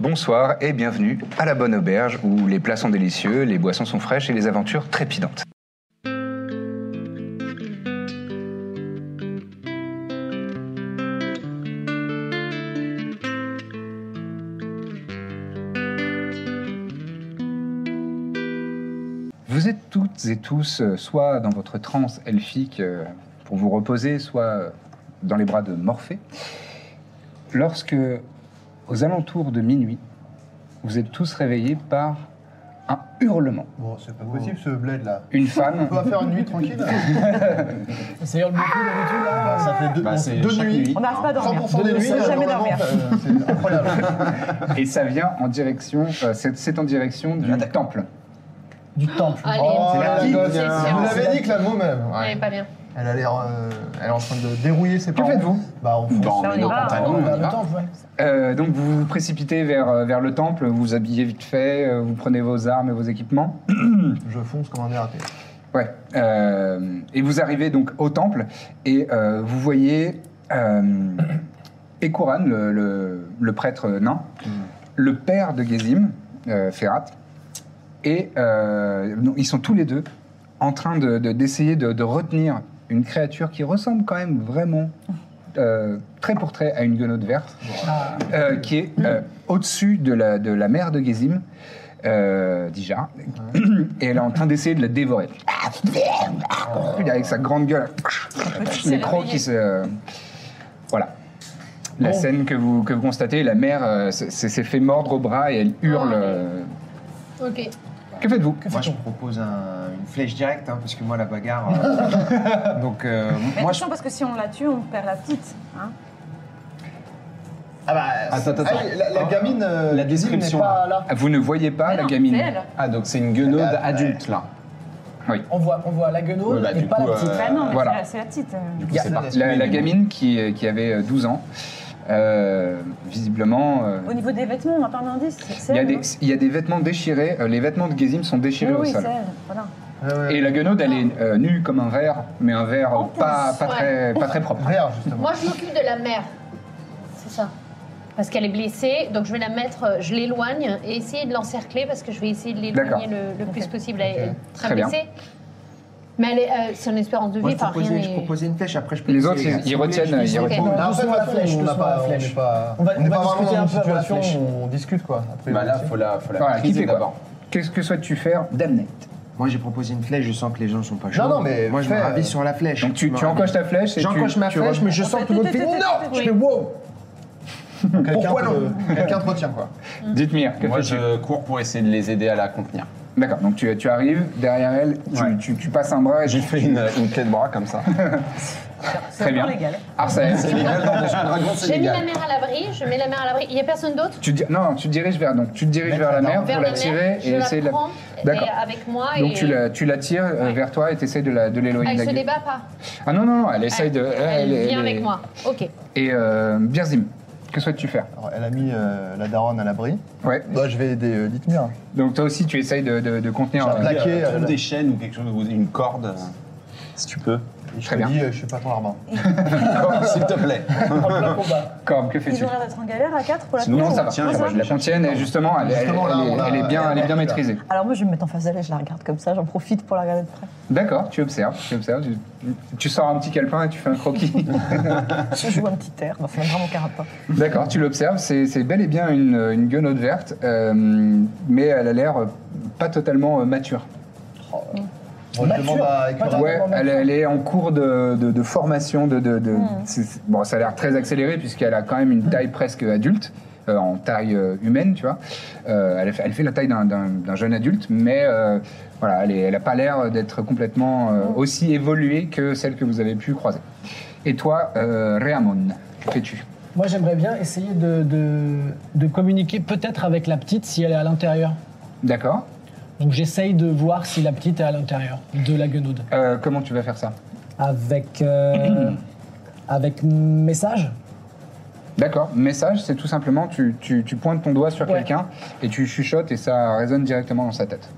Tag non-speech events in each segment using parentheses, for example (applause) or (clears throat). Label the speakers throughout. Speaker 1: Bonsoir et bienvenue à la Bonne Auberge où les plats sont délicieux, les boissons sont fraîches et les aventures trépidantes. Vous êtes toutes et tous euh, soit dans votre transe elfique euh, pour vous reposer, soit euh, dans les bras de Morphée, lorsque, aux alentours de minuit, vous êtes tous réveillés par un hurlement.
Speaker 2: Bon, Oh, c'est pas possible (laughs) ce bled là.
Speaker 1: Une
Speaker 2: On
Speaker 1: femme,
Speaker 2: peut pas faire une nuit tranquille
Speaker 3: Ça hurle beaucoup d'habitude là.
Speaker 2: Ça fait deux,
Speaker 4: Bah, c'est
Speaker 2: deux
Speaker 4: chaque
Speaker 2: nuits.
Speaker 4: nuit.
Speaker 5: On n'arrive pas à dormir.
Speaker 2: 100% des
Speaker 5: On
Speaker 2: nuits.
Speaker 5: sait
Speaker 2: euh,
Speaker 5: jamais
Speaker 2: normalement,
Speaker 5: dormir.
Speaker 2: euh, C'est incroyable.
Speaker 1: (laughs) et ça vient en direction, euh, c'est c'est en direction du
Speaker 2: Ah,
Speaker 1: temple.
Speaker 3: Du temple.
Speaker 6: Allez,
Speaker 2: Oh,
Speaker 6: c'est
Speaker 2: la
Speaker 6: parti,
Speaker 2: gosse.
Speaker 6: c'est
Speaker 2: Je
Speaker 6: sûr.
Speaker 2: vous l'avez dit que la môme, elle,
Speaker 6: Elle est pas bien.
Speaker 2: elle a l'air, euh, elle est en train de dérouiller ses
Speaker 1: Que
Speaker 2: parents.
Speaker 1: faites-vous
Speaker 2: Bah, on fonce.
Speaker 5: Ça, on y va.
Speaker 1: pantalon, on y
Speaker 2: hein.
Speaker 3: Ah,
Speaker 1: va.
Speaker 3: le temple, ouais.
Speaker 1: Euh, donc vous vous précipitez vers, euh, vers le temple, vous vous habillez vite fait, euh, vous prenez vos armes et vos équipements.
Speaker 2: Je fonce comme un dératé.
Speaker 1: Ouais. euh, et vous arrivez donc au temple et euh, vous voyez euh, Ekoran, le, le- le prêtre nain, le père de Gezim, euh, Ferrat, et euh, non, ils sont tous les deux en train de- de- d'essayer de, de retenir une créature qui ressemble quand même vraiment euh, très pour trait à une guenotte verte.
Speaker 3: Ah,
Speaker 1: Euh, qui est euh, au-dessus de la, de la mer de Gézim, euh, Dija, et elle est en train d'essayer de la dévorer. Avec sa grande gueule, les crocs qui se. euh, Voilà. La
Speaker 3: Bon.
Speaker 1: scène que vous, que vous constatez, la mère euh, s- s- s'est fait mordre au bras et elle hurle. euh,
Speaker 6: Ok.
Speaker 1: Que faites-vous
Speaker 7: Moi, je propose un- une flèche directe, hein, parce que moi, la
Speaker 2: (laughs)
Speaker 7: bagarre. euh, donc, euh,
Speaker 5: Mais
Speaker 7: moi, je.
Speaker 5: attention, parce que si on la tue, on perd la petite. hein.
Speaker 2: Ah bah.
Speaker 4: Attends, attends,
Speaker 2: ah, la, la
Speaker 4: attends.
Speaker 2: gamine. euh,
Speaker 4: La
Speaker 2: Lizzie
Speaker 4: description,
Speaker 2: n'est pas là.
Speaker 1: Vous ne voyez pas
Speaker 5: Mais
Speaker 1: la
Speaker 5: non,
Speaker 1: gamine.
Speaker 5: c'est elle.
Speaker 4: Ah, donc c'est une guenaude
Speaker 2: Ah, bah,
Speaker 4: adulte, là.
Speaker 3: On voit, on voit la guenaude
Speaker 4: Ouais, bah,
Speaker 3: et
Speaker 4: du
Speaker 3: pas
Speaker 4: coup,
Speaker 3: la petite.
Speaker 4: euh,
Speaker 5: Bah non, mais
Speaker 1: voilà.
Speaker 5: c'est la- c'est la petite. euh.
Speaker 4: Du coup,
Speaker 1: Y a-
Speaker 4: c'est parti.
Speaker 1: la, la gamine qui, euh, qui avait euh, 12 ans, euh, visiblement. euh,
Speaker 5: Au niveau des vêtements, on n'a pas un indice. c'est- c'est
Speaker 1: Il y, a
Speaker 5: elle,
Speaker 1: des,
Speaker 5: non
Speaker 1: il y a des vêtements déchirés, euh, les vêtements de Gézim sont déchirés
Speaker 5: Oui,
Speaker 1: au
Speaker 5: oui,
Speaker 1: sol.
Speaker 5: c'est elle. Voilà.
Speaker 2: Ouais, Ah ouais.
Speaker 1: Et la guenaude, elle est euh, nue comme un verre, mais un verre
Speaker 5: En
Speaker 1: euh, pas,
Speaker 5: plus,
Speaker 1: pas, très, pas très propre.
Speaker 2: Vert, justement.
Speaker 6: Moi, je m'occupe de la mère. C'est ça. Parce qu'elle est blessée, donc je vais la mettre, euh, je l'éloigne et essayer de l'encercler parce que je vais essayer de l'éloigner
Speaker 1: D'accord.
Speaker 6: le, le plus
Speaker 5: Ok.
Speaker 6: possible. Elle est très,
Speaker 1: Très bien.
Speaker 6: blessée. Mais elle est, euh, son espérance de vie,
Speaker 7: Moi, je
Speaker 6: enfin, rien
Speaker 7: proposais, je
Speaker 6: n'est-
Speaker 7: proposais une flèche, après je peux
Speaker 1: Les
Speaker 7: essayer,
Speaker 1: autres, ils-
Speaker 7: hein, si
Speaker 1: ils
Speaker 7: vous voulez, je
Speaker 1: retiennent,
Speaker 7: puisse
Speaker 1: ils
Speaker 7: essayer.
Speaker 1: retiennent.
Speaker 2: Mais
Speaker 3: Non,
Speaker 2: en fait,
Speaker 3: doucement
Speaker 2: la
Speaker 3: la
Speaker 2: flèche,
Speaker 3: flèche,
Speaker 2: on n'a
Speaker 3: doucement
Speaker 2: pas,
Speaker 3: la
Speaker 2: on
Speaker 3: flèche.
Speaker 2: n'est pas,
Speaker 3: On va-
Speaker 2: on n'est
Speaker 3: on va
Speaker 2: pas vraiment
Speaker 3: discuter
Speaker 2: dans
Speaker 3: un
Speaker 2: une
Speaker 3: peu avant,
Speaker 2: situation
Speaker 3: tiens.
Speaker 2: où on discute quoi. Après,
Speaker 4: Bah là, faut la, faut la
Speaker 1: Voilà,
Speaker 4: maîtriser
Speaker 1: quittez, quoi.
Speaker 4: d'abord.
Speaker 1: Qu'est-ce que souhaites-tu faire, Damnette
Speaker 7: Moi, j'ai proposé une flèche, je sens que les gens sont pas chauds.
Speaker 2: non, mais
Speaker 7: Moi, je
Speaker 2: fais,
Speaker 7: me ravis
Speaker 2: euh,
Speaker 7: sur la flèche.
Speaker 1: Donc tu,
Speaker 7: Je me
Speaker 1: tu
Speaker 7: ravis.
Speaker 1: encoches ta flèche et tu...
Speaker 7: J'encoche ma
Speaker 1: tu
Speaker 7: flèche,
Speaker 1: re-
Speaker 7: mais je sens que tout le monde fait Oh, non Je fais wow
Speaker 2: quelqu'un
Speaker 7: Pourquoi
Speaker 2: te- quelqu'un te retient quoi.
Speaker 5: Mm.
Speaker 1: Dites-moi, que
Speaker 4: Moi,
Speaker 1: fais-tu
Speaker 4: je cours pour essayer de les aider à la contenir.
Speaker 1: D'accord, donc tu, tu arrives, derrière elle, tu,
Speaker 4: Ouais.
Speaker 1: tu- tu passes un bras et
Speaker 4: J'ai
Speaker 1: tu...
Speaker 4: fait une, une clé de bras comme
Speaker 5: (laughs)
Speaker 4: ça.
Speaker 1: Très bien. Arsael,
Speaker 6: J'ai mis la mère à l'abri, je mets la mère à l'abri. Il n'y a personne d'autre
Speaker 1: tu, di- non, tu te diriges vers, donc, tu te diriges vers la mer
Speaker 6: Vers
Speaker 1: pour
Speaker 6: la
Speaker 1: la
Speaker 6: mère,
Speaker 1: tirer
Speaker 6: je
Speaker 1: et essayer de
Speaker 6: la
Speaker 1: la...
Speaker 6: prends
Speaker 1: D'accord.
Speaker 6: et euh, avec moi
Speaker 1: Donc
Speaker 6: et
Speaker 1: tu la, tu la tires euh,
Speaker 6: Ouais.
Speaker 1: vers toi et tu essaies de la- de l'éloigner
Speaker 6: elle
Speaker 1: de
Speaker 6: se
Speaker 1: la gueule.
Speaker 6: débat pas.
Speaker 1: Ah non, non, non, elle essaye de...
Speaker 6: Elle,
Speaker 1: elle-
Speaker 6: vient
Speaker 1: elle-
Speaker 6: avec moi. Ok.
Speaker 1: Et euh, Birzim, que souhaites-tu faire
Speaker 2: Alors, elle a mis euh, la daronne à l'abri.
Speaker 1: Ouais.
Speaker 2: Moi, je vais aider euh, Lithmir.
Speaker 1: Donc toi aussi, tu essayes de, de- de contenir.
Speaker 2: J'ai
Speaker 1: euh,
Speaker 2: un plaqué,
Speaker 4: Euh,
Speaker 2: euh,
Speaker 4: trouve des chaînes ou quelque chose, ou une corde, euh, si tu peux.
Speaker 2: Et je
Speaker 1: Très
Speaker 2: te
Speaker 1: bien.
Speaker 2: dis, euh, je suis pas ton larbin.
Speaker 4: S'il
Speaker 1: (laughs)
Speaker 4: te plaît.
Speaker 1: Corbe, que fais-tu
Speaker 5: Ils ont l'air d'être en galère à 4 pour la
Speaker 4: Sinon,
Speaker 5: tuer,
Speaker 4: on
Speaker 5: ou-
Speaker 4: s'en tient,
Speaker 5: Non,
Speaker 4: il y a
Speaker 5: ça
Speaker 4: pas
Speaker 5: va.
Speaker 4: de
Speaker 1: Je la contienne et justement, elle, elle-
Speaker 2: Justement, là,
Speaker 1: elle est-
Speaker 2: on l'a-
Speaker 1: elle est bien, elle est (laughs) bien
Speaker 2: là.
Speaker 1: maîtrisée.
Speaker 5: Alors moi, je vais me mettre en face d'elle et je la regarde comme ça, j'en profite pour la regarder de près.
Speaker 1: D'accord, tu observes, tu observes, tu, tu sors un petit calepin et tu fais un croquis.
Speaker 5: Je joue un petit air, non, ça m'a vraiment carré pas.
Speaker 1: D'accord, tu l'observes, c'est c'est bel et bien une, une guenaude verte, euh, mais elle a l'air euh, pas totalement euh, mature.
Speaker 2: Bon, je
Speaker 3: Mature.
Speaker 2: demande à Écurin.
Speaker 1: Ouais,
Speaker 3: Pas totalement
Speaker 1: elle,
Speaker 3: mature. Hmm.
Speaker 1: elle est en cours de, de- de formation. De, de- de- c'est- c'est- Bon, ça a l'air très accéléré puisqu'elle a quand même une taille presque adulte, euh, en taille euh, humaine, tu vois. Euh, elle, fait, elle fait la taille d'un- d'un d'un jeune adulte, mais euh, voilà, elle est- elle a pas l'air d'être complètement
Speaker 3: Hmm.
Speaker 1: euh, aussi évoluée que celle que vous avez pu croiser. Et toi, euh, Réamon, que fais-tu
Speaker 3: Moi, j'aimerais bien essayer de, de- de communiquer peut-être avec la petite si elle est à l'intérieur.
Speaker 1: D'accord.
Speaker 3: Donc, j'essaye de voir si la petite est à l'intérieur de la guenoude.
Speaker 1: Euh, comment tu vas faire ça
Speaker 3: Avec. euh, avec message
Speaker 1: D'accord. Message, c'est tout simplement tu, tu- tu pointes ton doigt sur
Speaker 3: Ouais.
Speaker 1: quelqu'un et tu chuchotes et ça résonne directement dans sa tête.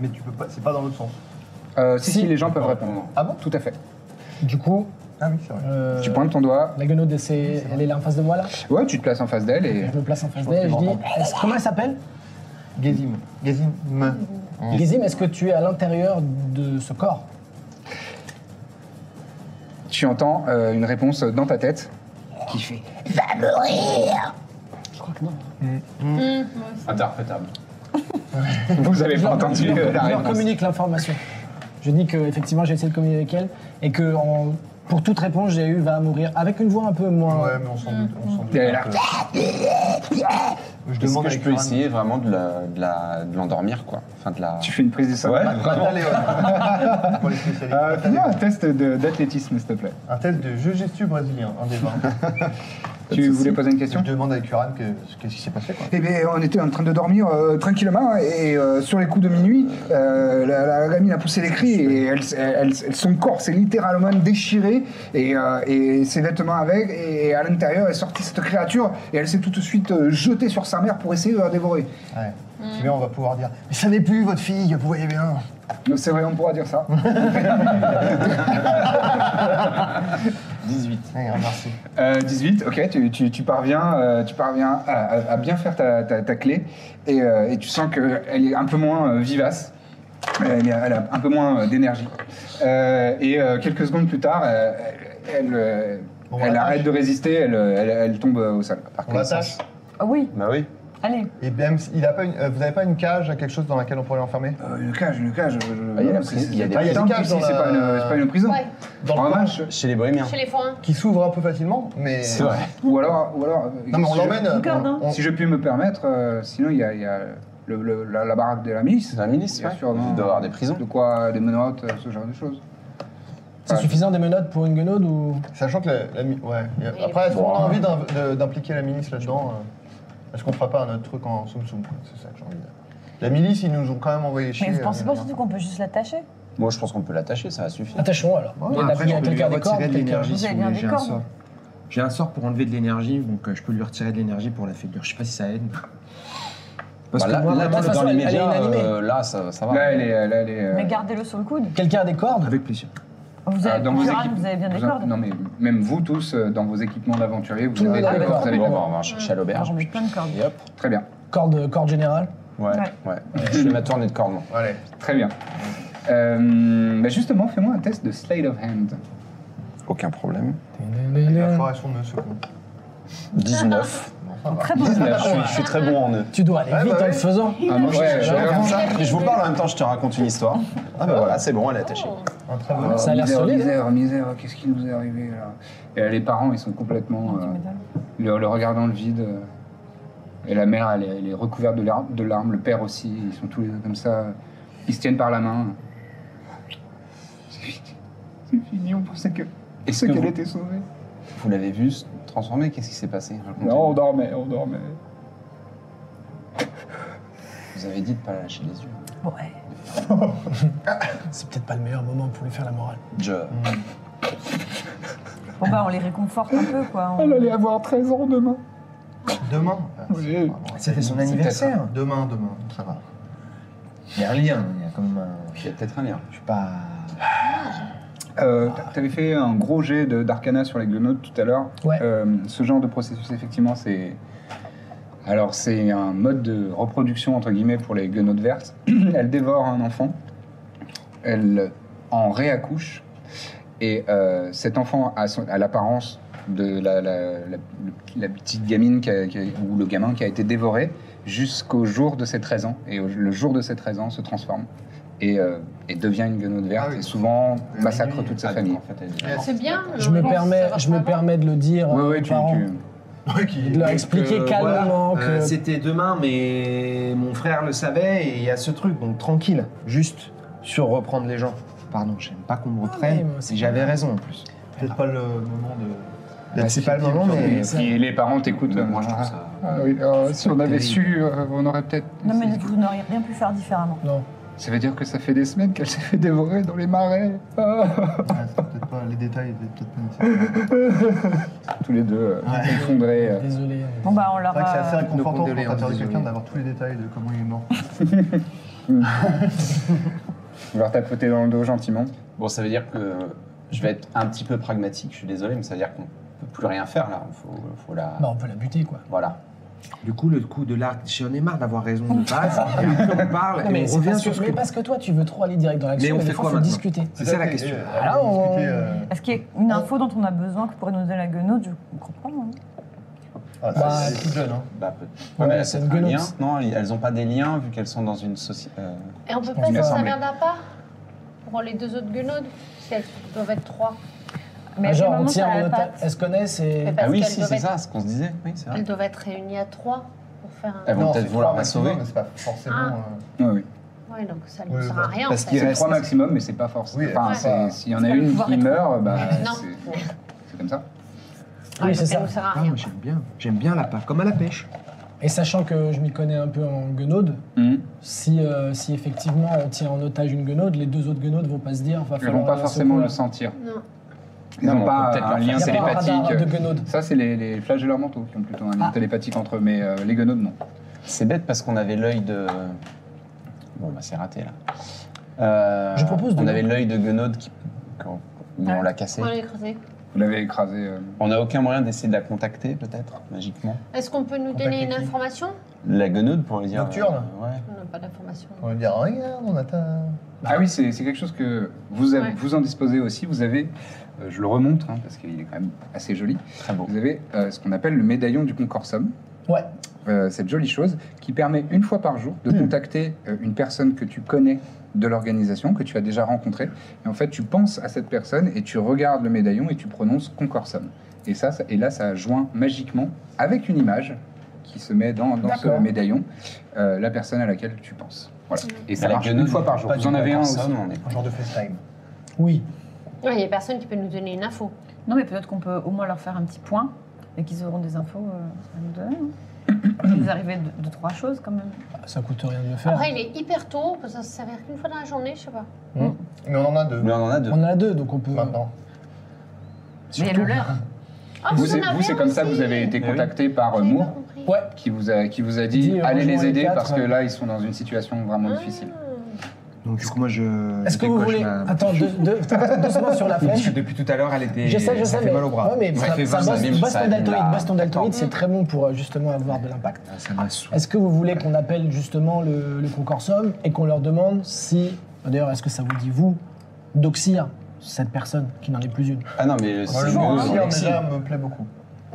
Speaker 2: Mais tu peux pas, c'est pas dans l'autre sens.
Speaker 1: Euh, si,
Speaker 3: Si.
Speaker 1: si, les gens peuvent répondre.
Speaker 2: Ah bon
Speaker 1: Tout à fait.
Speaker 3: Du coup.
Speaker 2: Ah oui, c'est vrai.
Speaker 3: euh,
Speaker 1: Tu pointes ton doigt.
Speaker 3: La guenoude, elle, s'est- elle est là en face de moi, là
Speaker 1: Ouais, tu te places en face d'elle et.
Speaker 3: Je me place en face
Speaker 2: Je
Speaker 3: d'elle et je
Speaker 2: pense
Speaker 3: dis
Speaker 2: que j'entends.
Speaker 3: Est-ce- Comment elle s'appelle
Speaker 2: Gazim. Gazim.
Speaker 3: Gizim, est-ce que tu es à l'intérieur de ce corps
Speaker 1: tu entends euh, une réponse dans ta tête qui fait
Speaker 4: Interprétable.
Speaker 1: Vous avez
Speaker 3: Je
Speaker 1: pas
Speaker 3: leur-
Speaker 1: entendu
Speaker 3: je leur-
Speaker 1: euh, la
Speaker 3: je leur
Speaker 1: réponse.
Speaker 3: communique l'information. Je dis que effectivement j'ai essayé de communiquer avec elle et que en- pour toute réponse j'ai eu va mourir avec une voix un peu moins.
Speaker 2: Ouais, mais on s'en doute. on s'en doute
Speaker 1: Et
Speaker 2: un
Speaker 1: là-
Speaker 2: peu. Je
Speaker 4: Est-ce
Speaker 2: demande
Speaker 4: que
Speaker 2: à
Speaker 4: je peux essayer vraiment de la- de la- de l'endormir, quoi Enfin, de la...
Speaker 1: Tu fais une prise de sang.
Speaker 2: Allez, ouais. (laughs) Pour les spécialistes.
Speaker 1: Euh, fais un test de- d'athlétisme, s'il te plaît.
Speaker 2: Un test de jeu gestu brésilien, un
Speaker 1: (laughs)
Speaker 2: des 20.
Speaker 1: Tu voulais poser une
Speaker 2: Je
Speaker 1: question
Speaker 2: demande à Kuran que- qu'est-ce qui s'est passé, quoi.
Speaker 1: Eh bien, on était en train de dormir euh, tranquillement et euh, sur les coups de minuit, euh, la, la gamine a poussé les cris et elle, elle- elle- son corps s'est littéralement déchiré et, euh, et ses vêtements avec. Et à l'intérieur est sortie cette créature et elle s'est tout de suite euh, jetée sur sa mère pour essayer de la dévorer.
Speaker 2: Ouais. Si bien, on va pouvoir dire Mais ça n'est plus votre fille, vous voyez bien.
Speaker 1: Donc, C'est vrai, on pourra dire
Speaker 2: (laughs)
Speaker 1: ça.
Speaker 4: 18.
Speaker 2: Ouais, merci.
Speaker 1: Euh, 18, ok, tu, tu- tu parviens, euh, tu parviens à, à- à bien faire ta, ta- ta clé et, euh, et tu sens qu'elle est un peu moins euh, vivace, elle, est- elle a un peu moins euh, d'énergie. Euh, et euh, quelques secondes plus tard, euh, elle, euh,
Speaker 2: Bon, on
Speaker 1: elle
Speaker 2: l'attache.
Speaker 1: arrête de résister, elle, elle- elle tombe euh, au sol. Par
Speaker 2: On
Speaker 1: contre,
Speaker 2: l'attache.
Speaker 5: Ah oui,
Speaker 4: Bah oui.
Speaker 5: allez.
Speaker 2: Et même, Eh si- il a pas une- euh, vous n'avez pas une cage, quelque chose dans laquelle on pourrait l'enfermer
Speaker 1: euh, une cage, une cage. je- je-
Speaker 4: Ah, il y a la
Speaker 1: c'est-
Speaker 4: prison- il y a
Speaker 1: c'est
Speaker 4: des-
Speaker 1: pas-
Speaker 2: Ah, il y a des
Speaker 1: une
Speaker 2: cages
Speaker 1: prison,
Speaker 2: dans
Speaker 1: c'est
Speaker 2: la-
Speaker 1: pas une- c'est pas une prison.
Speaker 6: Ouais,
Speaker 2: Dans
Speaker 1: En
Speaker 2: le coin
Speaker 1: revanche,
Speaker 4: Chez les bohémiens.
Speaker 6: chez les forains.
Speaker 2: Qui s'ouvre un peu facilement, mais.
Speaker 4: C'est vrai.
Speaker 1: ou alors, ou alors. euh,
Speaker 2: Non, mais on
Speaker 1: si je- hein.
Speaker 2: l'emmène.
Speaker 5: Garde,
Speaker 2: on- on-
Speaker 1: Si je puis me permettre, euh, sinon il y a, il y a le- le- la, la baraque de la milice.
Speaker 4: C'est la milice,
Speaker 1: Bien
Speaker 4: ouais.
Speaker 1: sûr, non.
Speaker 4: Il doit y avoir des prisons.
Speaker 1: De quoi, des menottes, euh, ce genre de choses.
Speaker 3: C'est
Speaker 1: Ouais.
Speaker 3: suffisant des menottes pour une guenoude ou
Speaker 2: Sachant que la, la mi- ouais. il y a-
Speaker 6: Et
Speaker 2: euh, Après, est-ce
Speaker 6: bon.
Speaker 2: qu'on a envie d'im- de- d'impliquer la milice là-dedans euh, Est-ce qu'on fera pas un autre truc en soum soum C'est ça que j'ai envie de dire. La milice, ils nous ont quand même envoyé chier.
Speaker 5: Mais vous pensez pas
Speaker 2: euh,
Speaker 5: surtout qu'on peut juste l'attacher
Speaker 4: Moi, je pense qu'on peut l'attacher, ça va suffire.
Speaker 3: attachons alors. Il y a de la
Speaker 7: Après,
Speaker 3: pluie
Speaker 7: je
Speaker 3: à
Speaker 7: peux lui
Speaker 3: quelqu'un des corps,
Speaker 7: retirer de
Speaker 3: quelqu'un-
Speaker 7: l'énergie si
Speaker 5: Vous
Speaker 7: vous
Speaker 5: avez un
Speaker 7: voulez. J'ai un
Speaker 5: décor,
Speaker 7: sort.
Speaker 5: non
Speaker 7: J'ai un sort pour enlever de l'énergie, donc euh, je peux lui retirer de l'énergie pour la figure. Je sais pas si ça aide. Parce
Speaker 4: Bah, là,
Speaker 7: que moi,
Speaker 4: là,
Speaker 7: vraiment,
Speaker 3: de toute
Speaker 4: dans
Speaker 3: façon, elle- elle est
Speaker 4: l'immédiat,
Speaker 3: inanimée.
Speaker 4: euh, là, ça, ça va.
Speaker 1: Là, elle est. Là, elle est euh,
Speaker 5: Mais gardez-le sur le coude.
Speaker 3: quelqu'un a des cordes.
Speaker 7: avec plaisir.
Speaker 5: Vous
Speaker 1: euh,
Speaker 5: avez,
Speaker 1: dans vos
Speaker 5: Gérard,
Speaker 1: équipes-
Speaker 5: vous avez bien des
Speaker 1: vous en-
Speaker 5: cordes.
Speaker 1: Non, mais même vous tous, euh, dans vos équipements d'aventuriers, vous
Speaker 3: Tout le
Speaker 1: avez
Speaker 3: monde a
Speaker 1: des
Speaker 3: des
Speaker 1: cordes,
Speaker 3: cordes.
Speaker 1: vous avez
Speaker 4: Bon,
Speaker 1: des
Speaker 4: bah,
Speaker 1: cordes.
Speaker 4: on va chercher à
Speaker 5: Ah,
Speaker 4: l'auberge.
Speaker 5: J'en mets plein de cordes.
Speaker 4: Et hop.
Speaker 1: Très bien,
Speaker 3: Corde, corde générale.
Speaker 4: Ouais,
Speaker 5: Ouais.
Speaker 4: ouais. Je vais ma tournée de corde, moi.
Speaker 2: Allez.
Speaker 1: très bien. Euh, bah justement, fais-moi un test de slide of hand.
Speaker 4: Aucun problème.
Speaker 2: La forêt son nœud, ce con.
Speaker 4: 19.
Speaker 2: Bon, ça va.
Speaker 5: Très bon.
Speaker 4: je, suis, je suis très bon en nœud.
Speaker 3: Tu dois aller
Speaker 2: bah. Ouais,
Speaker 3: vite
Speaker 2: bah
Speaker 3: en le
Speaker 2: oui.
Speaker 3: faisant.
Speaker 1: Ah, moi,
Speaker 4: Ouais,
Speaker 1: je-
Speaker 4: je
Speaker 1: je-
Speaker 4: regarde ça. Et je vous parle en même temps, je te raconte une histoire. Ah bah voilà, c'est bon, elle est attachée.
Speaker 2: Un très bon.
Speaker 1: Oh,
Speaker 3: Ça a l'air
Speaker 1: misère,
Speaker 3: solide, hein.
Speaker 1: Misère, misère, qu'est-ce qui nous est arrivé là Et là, les parents, ils sont complètement. euh, le, le regard dans le vide. euh, et la mère, elle, est- elle est recouverte de larmes, de larmes, le père aussi, ils sont tous les deux comme ça. Ils se tiennent par la main. C'est fini, c'est fini, on pensait que.
Speaker 4: Est-ce
Speaker 1: pensait
Speaker 4: que
Speaker 1: qu'elle
Speaker 4: vous,
Speaker 1: était sauvée.
Speaker 4: vous l'avez vu se transformer Qu'est-ce qui s'est passé Racontez-nous.
Speaker 1: Non, on dormait, on dormait.
Speaker 4: Vous avez dit de pas lâcher les yeux.
Speaker 5: Ouais.
Speaker 3: (laughs) C'est peut-être pas le meilleur moment pour lui faire la morale.
Speaker 4: Je...
Speaker 5: Bon bah on les réconforte un peu quoi.
Speaker 1: Elle
Speaker 5: On-
Speaker 1: allait avoir 13 ans demain.
Speaker 2: Demain Ouais,
Speaker 1: Oui.
Speaker 2: c'est vraiment-
Speaker 7: C'était son anniversaire.
Speaker 2: Demain, demain, ça va.
Speaker 7: Il y a un lien. Il y a quand même un.
Speaker 4: Il y a peut-être un lien.
Speaker 7: Je suis pas.
Speaker 1: Euh, t'a- T'avais fait un gros jet de- d'arcana sur les guenotes tout à l'heure.
Speaker 3: Ouais.
Speaker 1: Euh, ce genre de processus, effectivement, c'est. Alors, c'est un mode de reproduction, entre guillemets, pour les guenotes
Speaker 4: (clears throat)
Speaker 1: vertes. elle dévore un enfant, elle en réaccouche, et euh, cet enfant a, son- a l'apparence de la, la- la- la petite gamine qui a- qui a- ou le gamin qui a été dévoré jusqu'au jour de ses 13 ans. Et au- le jour de ses 13 ans se transforme. Et, euh, et devient une guenote verte
Speaker 2: Ah oui.
Speaker 1: et souvent massacre
Speaker 2: Minuit.
Speaker 1: toute sa
Speaker 4: Ah, donc,
Speaker 1: famille.
Speaker 4: en fait, elle est
Speaker 2: Yes.
Speaker 6: C'est bien.
Speaker 3: Je me
Speaker 6: mais
Speaker 3: permets,
Speaker 6: ça va
Speaker 3: je me
Speaker 6: pas mal.
Speaker 3: permets de le dire
Speaker 1: Oui,
Speaker 3: euh,
Speaker 1: oui,
Speaker 3: aux
Speaker 1: tu,
Speaker 3: parents.
Speaker 1: tu-
Speaker 2: Ouais, qui-
Speaker 3: De leur expliquer
Speaker 7: Euh,
Speaker 3: calmement
Speaker 7: voilà. Euh,
Speaker 3: que
Speaker 7: C'était demain, mais mon frère le savait et il y a ce truc. Donc tranquille, juste sur reprendre les gens. Pardon, j'aime pas qu'on me
Speaker 3: Ah, mais
Speaker 7: reprenne.
Speaker 3: moi, c'est
Speaker 7: J'avais raison en plus. Bah,
Speaker 2: Peut-être pas le moment de. D'être
Speaker 7: c'est pas le
Speaker 2: fidèle,
Speaker 7: moment,
Speaker 2: puis-
Speaker 7: mais-
Speaker 1: Et les parents t'écoutent.
Speaker 4: Moi, je trouve
Speaker 1: euh,
Speaker 4: ça.
Speaker 1: ah oui, euh, si on avait
Speaker 7: terrible.
Speaker 1: su, euh, on aurait peut-être.
Speaker 5: Non, mais vous n'auriez rien pu faire différemment.
Speaker 1: Ça veut dire que ça fait des semaines qu'elle s'est fait dévorer dans les marais. Ah.
Speaker 2: Ouais, c'est peut-être pas les détails, étaient peut-être pas nécessaires.
Speaker 1: (laughs) Tous les deux euh,
Speaker 2: Ouais.
Speaker 1: effondrés. euh.
Speaker 3: Désolé.
Speaker 5: Bon, bah, on
Speaker 2: C'est
Speaker 5: leur
Speaker 2: vrai que c'est assez
Speaker 5: a.
Speaker 2: réconfortant quand
Speaker 7: condoléances,
Speaker 2: t'interviews quelqu'un
Speaker 7: désolé.
Speaker 2: d'avoir tous les détails de comment il
Speaker 3: (laughs)
Speaker 2: est mort. (laughs)
Speaker 1: Vous leur tapotez dans le dos gentiment.
Speaker 4: Bon, ça veut dire que je vais être un petit peu pragmatique, je suis désolé, mais ça veut dire qu'on peut plus rien faire là. Faut, faut la.
Speaker 3: Bah, on peut la buter, quoi.
Speaker 4: Voilà.
Speaker 7: Du coup, le coup de l'arc, j'en ai marre d'avoir raison de base. Et après, Ah, on parle
Speaker 3: Non,
Speaker 7: et
Speaker 3: mais,
Speaker 7: on
Speaker 3: c'est
Speaker 7: revient
Speaker 3: parce
Speaker 7: sur
Speaker 3: que,
Speaker 7: ce que.
Speaker 3: mais parce que toi, tu veux trop aller direct dans l'action.
Speaker 7: Mais on
Speaker 3: et des
Speaker 7: fait
Speaker 3: fois,
Speaker 7: quoi
Speaker 3: faut
Speaker 7: maintenant
Speaker 3: discuter.
Speaker 7: C'est ça la question.
Speaker 3: Ah,
Speaker 2: on...
Speaker 3: on-
Speaker 2: discuter, euh,
Speaker 5: Est-ce qu'il y a une info dont on a besoin que pourrait nous donner la guenaude Je comprends. hein.
Speaker 2: ah,
Speaker 3: Bah,
Speaker 2: c'est- c'est jeune, hein.
Speaker 4: Bah, peut-être.
Speaker 3: Ouais,
Speaker 4: Ouais, mais elle a
Speaker 3: c'est
Speaker 4: peut-être
Speaker 3: une
Speaker 4: un lien.
Speaker 3: gueulotte.
Speaker 4: Non, elles n'ont pas des liens vu qu'elles sont dans une euh, société.
Speaker 6: Et on peut
Speaker 3: pense
Speaker 6: pas
Speaker 3: qu'il
Speaker 6: dire
Speaker 3: va
Speaker 6: ça
Speaker 4: sembler.
Speaker 6: viendra pas pour les deux autres guenaudes Parce qu'elles doivent être trois.
Speaker 5: Mais à
Speaker 3: Ah,
Speaker 5: quel
Speaker 3: genre, on
Speaker 5: moment
Speaker 3: tient
Speaker 5: ça
Speaker 3: en
Speaker 5: la
Speaker 3: otage.
Speaker 5: patte
Speaker 3: Elles se connaissent et.
Speaker 6: Mais
Speaker 4: Ah
Speaker 6: parce
Speaker 4: oui,
Speaker 6: qu'elles
Speaker 4: si,
Speaker 6: doivent
Speaker 4: c'est
Speaker 6: être-
Speaker 4: ça, ce qu'on se disait. Oui, c'est
Speaker 1: Hein
Speaker 4: vrai.
Speaker 6: Elles doivent être réunies à trois pour faire un.
Speaker 4: Elles vont
Speaker 2: Non,
Speaker 4: peut-être
Speaker 2: c'est
Speaker 4: vouloir
Speaker 2: trois
Speaker 4: la
Speaker 2: maximum,
Speaker 4: sauver.
Speaker 2: Mais c'est pas forcément.
Speaker 6: Ah.
Speaker 1: Ah
Speaker 2: euh,
Speaker 1: oui.
Speaker 6: Ouais, donc ça ne
Speaker 2: Oui,
Speaker 6: sert
Speaker 2: bah,
Speaker 6: à rien.
Speaker 1: Parce
Speaker 6: en
Speaker 1: qu'il
Speaker 6: fait.
Speaker 1: reste trois maximum, mais c'est pas forcément.
Speaker 2: Oui,
Speaker 1: Enfin,
Speaker 6: ouais.
Speaker 1: c'est- s'il y en
Speaker 5: euh, C'est
Speaker 1: a
Speaker 5: pas le
Speaker 1: une
Speaker 5: pouvoir
Speaker 1: qui
Speaker 5: d'être-
Speaker 1: meurt, bah,
Speaker 6: Non.
Speaker 1: c'est c'est comme ça.
Speaker 6: Ouais,
Speaker 3: Oui,
Speaker 6: donc
Speaker 3: c'est
Speaker 6: elle
Speaker 3: ça.
Speaker 6: ne sert à
Speaker 7: Ah,
Speaker 6: rien.
Speaker 7: moi, j'aime bien. J'aime bien la part, comme à la pêche.
Speaker 3: Et sachant que je m'y connais un peu en guenaude,
Speaker 7: Hmm.
Speaker 1: Mhm.
Speaker 3: si, euh, si effectivement on tient en otage une guenaude, les deux autres guenaudes vont pas se dire. Va
Speaker 1: Ils
Speaker 3: falloir
Speaker 1: vont pas
Speaker 3: aller à ce
Speaker 1: forcément
Speaker 3: coin-là.
Speaker 1: le sentir.
Speaker 6: Non.
Speaker 1: Ils
Speaker 4: Non,
Speaker 1: n'ont
Speaker 4: mais on
Speaker 1: pas
Speaker 4: peut peut-être
Speaker 1: un
Speaker 4: leur faire
Speaker 1: lien
Speaker 3: Il y a pas un radar de
Speaker 1: télépathique.
Speaker 3: guenaudes.
Speaker 1: Ça, c'est les, les flashs de leur manteau qui ont plutôt un lien
Speaker 3: Ah.
Speaker 1: télépathique entre eux, mais euh, les guenaudes, non.
Speaker 4: C'est bête parce qu'on avait l'œil de. Bon, bah c'est raté là. Euh,
Speaker 3: Je propose de-
Speaker 4: On avait l'œil de Guenaud qui. qu'on- Mais on l'a cassé.
Speaker 6: On va les creuser.
Speaker 1: Vous l'avez écrasé. euh,
Speaker 4: On n'a aucun moyen d'essayer de la contacter, peut-être, magiquement.
Speaker 6: Est-ce qu'on peut nous
Speaker 2: Contact
Speaker 6: donner une
Speaker 2: qui
Speaker 6: information
Speaker 4: La Guenaud pour lui dire.
Speaker 2: Nocturne.
Speaker 4: euh, ouais.
Speaker 6: On n'a pas d'information.
Speaker 2: On va dire, regarde, on atteint.
Speaker 1: Ah oui, c'est c'est quelque chose que vous, avez-
Speaker 6: Ouais.
Speaker 1: vous en disposez aussi. Vous avez, euh, je le remonte hein, parce qu'il est quand même assez joli,
Speaker 4: Très beau.
Speaker 1: vous avez euh, ce qu'on appelle le médaillon du concorsum.
Speaker 3: Ouais. Hmm.
Speaker 1: Euh, cette jolie chose qui permet une fois par jour de contacter euh, une personne que tu connais de l'organisation, que tu as déjà rencontrée. Et en fait, tu penses à cette personne et tu regardes le médaillon et tu prononces concorsum. Et, ça, ça- et là, ça joint magiquement avec une image qui se met dans, dans ce
Speaker 3: D'accord.
Speaker 1: médaillon euh, la personne à laquelle tu penses. Voilà. Et ça
Speaker 4: Mais la
Speaker 1: marche
Speaker 4: guenaude,
Speaker 1: une fois par jour.
Speaker 4: pas
Speaker 1: Vous
Speaker 4: du
Speaker 1: en avez un aussi.
Speaker 4: concorsum, on est-
Speaker 2: Un genre de FaceTime.
Speaker 3: Oui.
Speaker 6: Ouais, Il n'y a personne qui peut nous donner une info.
Speaker 5: Non, mais peut-être qu'on peut au moins leur faire un petit point et qu'ils auront des infos euh, à nous donner. hein. Vous arrivez de, de trois choses quand même.
Speaker 3: Ça coûte rien de le faire.
Speaker 5: Hein
Speaker 6: Après, il est hyper tôt, ça ne s'avère qu'une fois dans la journée, je sais pas.
Speaker 2: Hmm. Mais on en a deux
Speaker 4: Mais on en a deux.
Speaker 3: on en a deux, donc on peut.
Speaker 2: maintenant.
Speaker 5: Mais le leur.
Speaker 6: Ah,
Speaker 1: Vous,
Speaker 6: en
Speaker 1: c'est-
Speaker 6: avez
Speaker 1: vous, c'est
Speaker 6: un
Speaker 1: comme ça que
Speaker 6: aussi.
Speaker 1: vous avez été
Speaker 4: Eh oui.
Speaker 1: contacté par euh,
Speaker 6: J'avais pas
Speaker 1: Moore,
Speaker 6: compris.
Speaker 3: Ouais.
Speaker 1: qui vous a, qui vous a dit,
Speaker 3: Dit, euh,
Speaker 1: allez les
Speaker 3: rejoins les
Speaker 1: aider
Speaker 3: quatre,
Speaker 1: parce que
Speaker 3: euh.
Speaker 1: là, ils sont dans une situation vraiment
Speaker 6: Ah.
Speaker 1: difficile.
Speaker 7: Donc, du coup, moi, je.
Speaker 3: Est-ce que vous
Speaker 7: décoche
Speaker 3: voulez.
Speaker 7: ma-
Speaker 3: Attends, deux, deux, deux secondes
Speaker 1: (laughs)
Speaker 3: sur la
Speaker 7: Parce que
Speaker 3: flèche.
Speaker 7: depuis tout à l'heure, elle était.
Speaker 3: Je sais, je
Speaker 7: ça
Speaker 3: sais,
Speaker 7: fait
Speaker 3: mais,
Speaker 7: mal au bras.
Speaker 3: ouais, mais
Speaker 4: Ça
Speaker 3: ça,
Speaker 4: fait
Speaker 3: ça
Speaker 4: 20, ça
Speaker 3: bosse,
Speaker 4: abîme,
Speaker 3: bosse
Speaker 4: ça
Speaker 3: ton
Speaker 4: abîme
Speaker 3: deltoïde,
Speaker 4: la-
Speaker 3: bosse ton deltoïde, c'est très bon pour euh, justement avoir de l'impact.
Speaker 7: Ah, Ça m'a saoulé.
Speaker 3: Est-ce que vous voulez qu'on appelle justement le, le concorsum et qu'on leur demande si, d'ailleurs, est-ce que ça vous dit vous d'oxyre cette personne qui n'en est plus une
Speaker 4: Ah non, mais c'est
Speaker 2: Oh, le
Speaker 4: Guenaud,
Speaker 2: mot
Speaker 4: on
Speaker 2: oxyre
Speaker 4: l'exile.
Speaker 2: déjà me plaît beaucoup.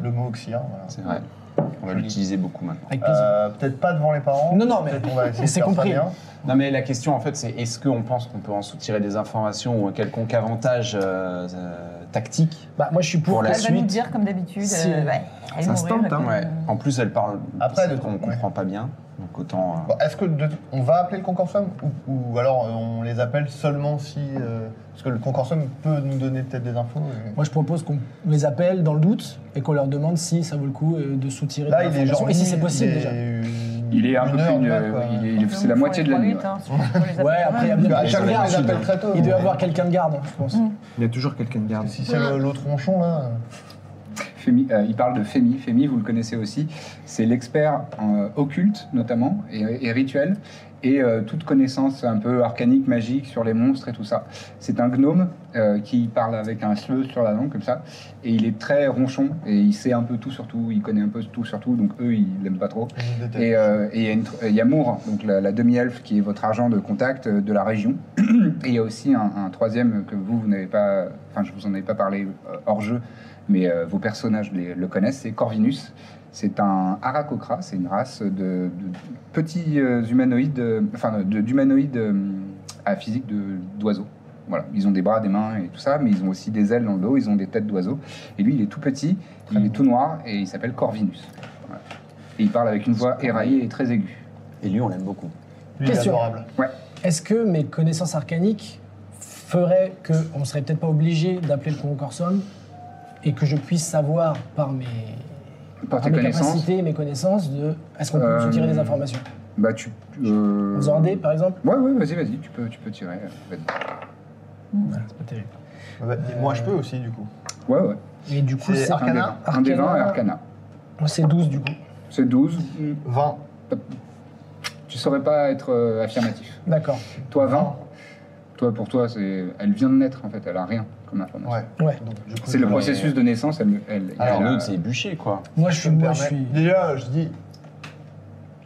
Speaker 2: Le mot oxyre, voilà.
Speaker 4: C'est vrai. euh, On va l'utiliser beaucoup maintenant.
Speaker 3: Avec plaisir.
Speaker 2: Euh, peut-être pas devant les parents.
Speaker 3: Non, non, mais-
Speaker 2: peut-être on va essayer
Speaker 3: mais
Speaker 2: de
Speaker 3: c'est
Speaker 2: faire ça
Speaker 3: compris.
Speaker 2: bien.
Speaker 4: Non, mais la question, en fait, c'est est-ce qu'on pense qu'on peut en soutirer des informations ou un quelconque avantage euh, euh, tactique
Speaker 3: Bah, moi, je suis pour.
Speaker 4: Pour la
Speaker 3: que-
Speaker 5: Elle va nous
Speaker 4: suite.
Speaker 5: dire comme d'habitude.
Speaker 3: Si,
Speaker 5: euh,
Speaker 3: euh,
Speaker 5: ouais, elle
Speaker 7: ça
Speaker 5: est
Speaker 7: se
Speaker 5: mourir,
Speaker 7: tente, hein,
Speaker 5: donc,
Speaker 4: Ouais.
Speaker 5: euh,
Speaker 4: En plus, elle parle.
Speaker 2: Après, de-
Speaker 4: on
Speaker 2: ouais.
Speaker 4: comprend pas bien. Donc autant. euh,
Speaker 2: Bon, Est-ce que de- on va appeler le concorsum ou, ou alors euh, on les appelle seulement si euh, parce que le concorsum peut nous donner peut-être des infos. euh. et-
Speaker 3: Moi, je propose qu'on les appelle dans le doute et qu'on leur demande si ça vaut le coup euh, de soutirer
Speaker 2: Là,
Speaker 3: de
Speaker 2: il est
Speaker 3: l'information
Speaker 2: genre.
Speaker 3: et si c'est
Speaker 2: une-
Speaker 3: possible
Speaker 2: des-
Speaker 3: déjà.
Speaker 2: une-
Speaker 1: Il est un peu
Speaker 2: une heure,
Speaker 1: plus.
Speaker 2: une
Speaker 1: de-
Speaker 2: heure, quoi.
Speaker 1: il est- il est- c'est la
Speaker 5: faut
Speaker 1: moitié
Speaker 5: les
Speaker 1: de la
Speaker 5: trois
Speaker 1: nuit.
Speaker 5: vite,
Speaker 1: ouais.
Speaker 5: hein, sinon faut les appeler
Speaker 3: Ouais,
Speaker 5: quand
Speaker 3: après, il y a
Speaker 5: même.
Speaker 3: bien
Speaker 2: À chaque
Speaker 3: quelqu'un de
Speaker 2: fois, on
Speaker 3: garde.
Speaker 2: les appelle très tôt.
Speaker 3: Il doit y
Speaker 2: mais-
Speaker 3: avoir quelqu'un de garde, je pense.
Speaker 7: Il y a toujours quelqu'un de garde.
Speaker 2: Si c'est le- l'autre ronchon là.
Speaker 1: Femi- euh, il parle de Femi. Femi, vous le connaissez aussi. C'est l'expert en, euh, occulte, notamment, et, et rituel, et euh, toute connaissance un peu arcanique, magique sur les monstres et tout ça. C'est un gnome euh, qui parle avec un cheveu sur la langue, comme ça, et il est très ronchon, et il sait un peu tout sur tout, il connaît un peu tout sur tout, donc eux, ils l'aiment pas trop.
Speaker 2: je déteste.
Speaker 1: Et euh, et il y a une tr- il y a Moore, donc la, la demi-elfe, qui est votre agent de contact euh, de la région. (clears throat) et il y a aussi un, un troisième que vous, vous n'avez pas, enfin, je vous en ai pas parlé euh, hors jeu, mais euh, vos personnages les- le connaissent, c'est Corvinus. C'est un aracocra, c'est une race de, de petits euh, humanoïdes, euh, enfin, de- d'humanoïdes euh, à physique de- d'oiseaux. Voilà, ils ont des bras, des mains et tout ça, mais ils ont aussi des ailes dans le dos, ils ont des têtes d'oiseaux. Et lui, il est tout petit, il est tout noir et il s'appelle Corvinus. Voilà. Et il parle avec une voix éraillée et très aiguë.
Speaker 4: Et lui, on l'aime beaucoup.
Speaker 2: Lui, il est
Speaker 3: question.
Speaker 2: adorable.
Speaker 3: Est-ce que mes connaissances arcaniques feraient qu'on ne serait peut-être pas obligé d'appeler le concorsum et que je puisse savoir par mes,
Speaker 1: Par
Speaker 3: par
Speaker 1: tes
Speaker 3: mes
Speaker 1: connaissances,
Speaker 3: capacités, mes connaissances, de est-ce qu'on peut
Speaker 1: Euh,
Speaker 3: se tirer des informations
Speaker 1: bah tu. euh,
Speaker 3: En faisant un dé, par exemple
Speaker 1: Ouais, ouais, vas-y, vas-y, tu peux, tu peux tirer. euh, vas-y. Hmm.
Speaker 3: Voilà, c'est pas terrible.
Speaker 2: Bah, bah, Moi, je peux aussi, du coup.
Speaker 1: Ouais, ouais.
Speaker 3: Et du coup,
Speaker 2: C'est
Speaker 3: c'est
Speaker 1: Un des
Speaker 2: Arcana
Speaker 1: 20 Un des 20 et Arcana.
Speaker 3: Moi, c'est 12 du coup.
Speaker 1: C'est 12.
Speaker 2: 20.
Speaker 1: Tu saurais pas être euh, affirmatif.
Speaker 3: D'accord.
Speaker 1: Toi, 20. Toi, pour toi, c'est. Elle vient de naître, en fait, elle a rien comme information.
Speaker 2: Ouais.
Speaker 3: Ouais.
Speaker 2: Donc, du coup,
Speaker 1: C'est le
Speaker 2: je-
Speaker 1: processus de naissance, elle. elle
Speaker 4: Alors
Speaker 1: elle a-
Speaker 4: l'autre, c'est bûché, quoi.
Speaker 3: Moi, je
Speaker 2: Je
Speaker 3: suis.
Speaker 2: me
Speaker 3: Moi, je
Speaker 2: permets.
Speaker 3: suis...
Speaker 2: Déjà, je dis.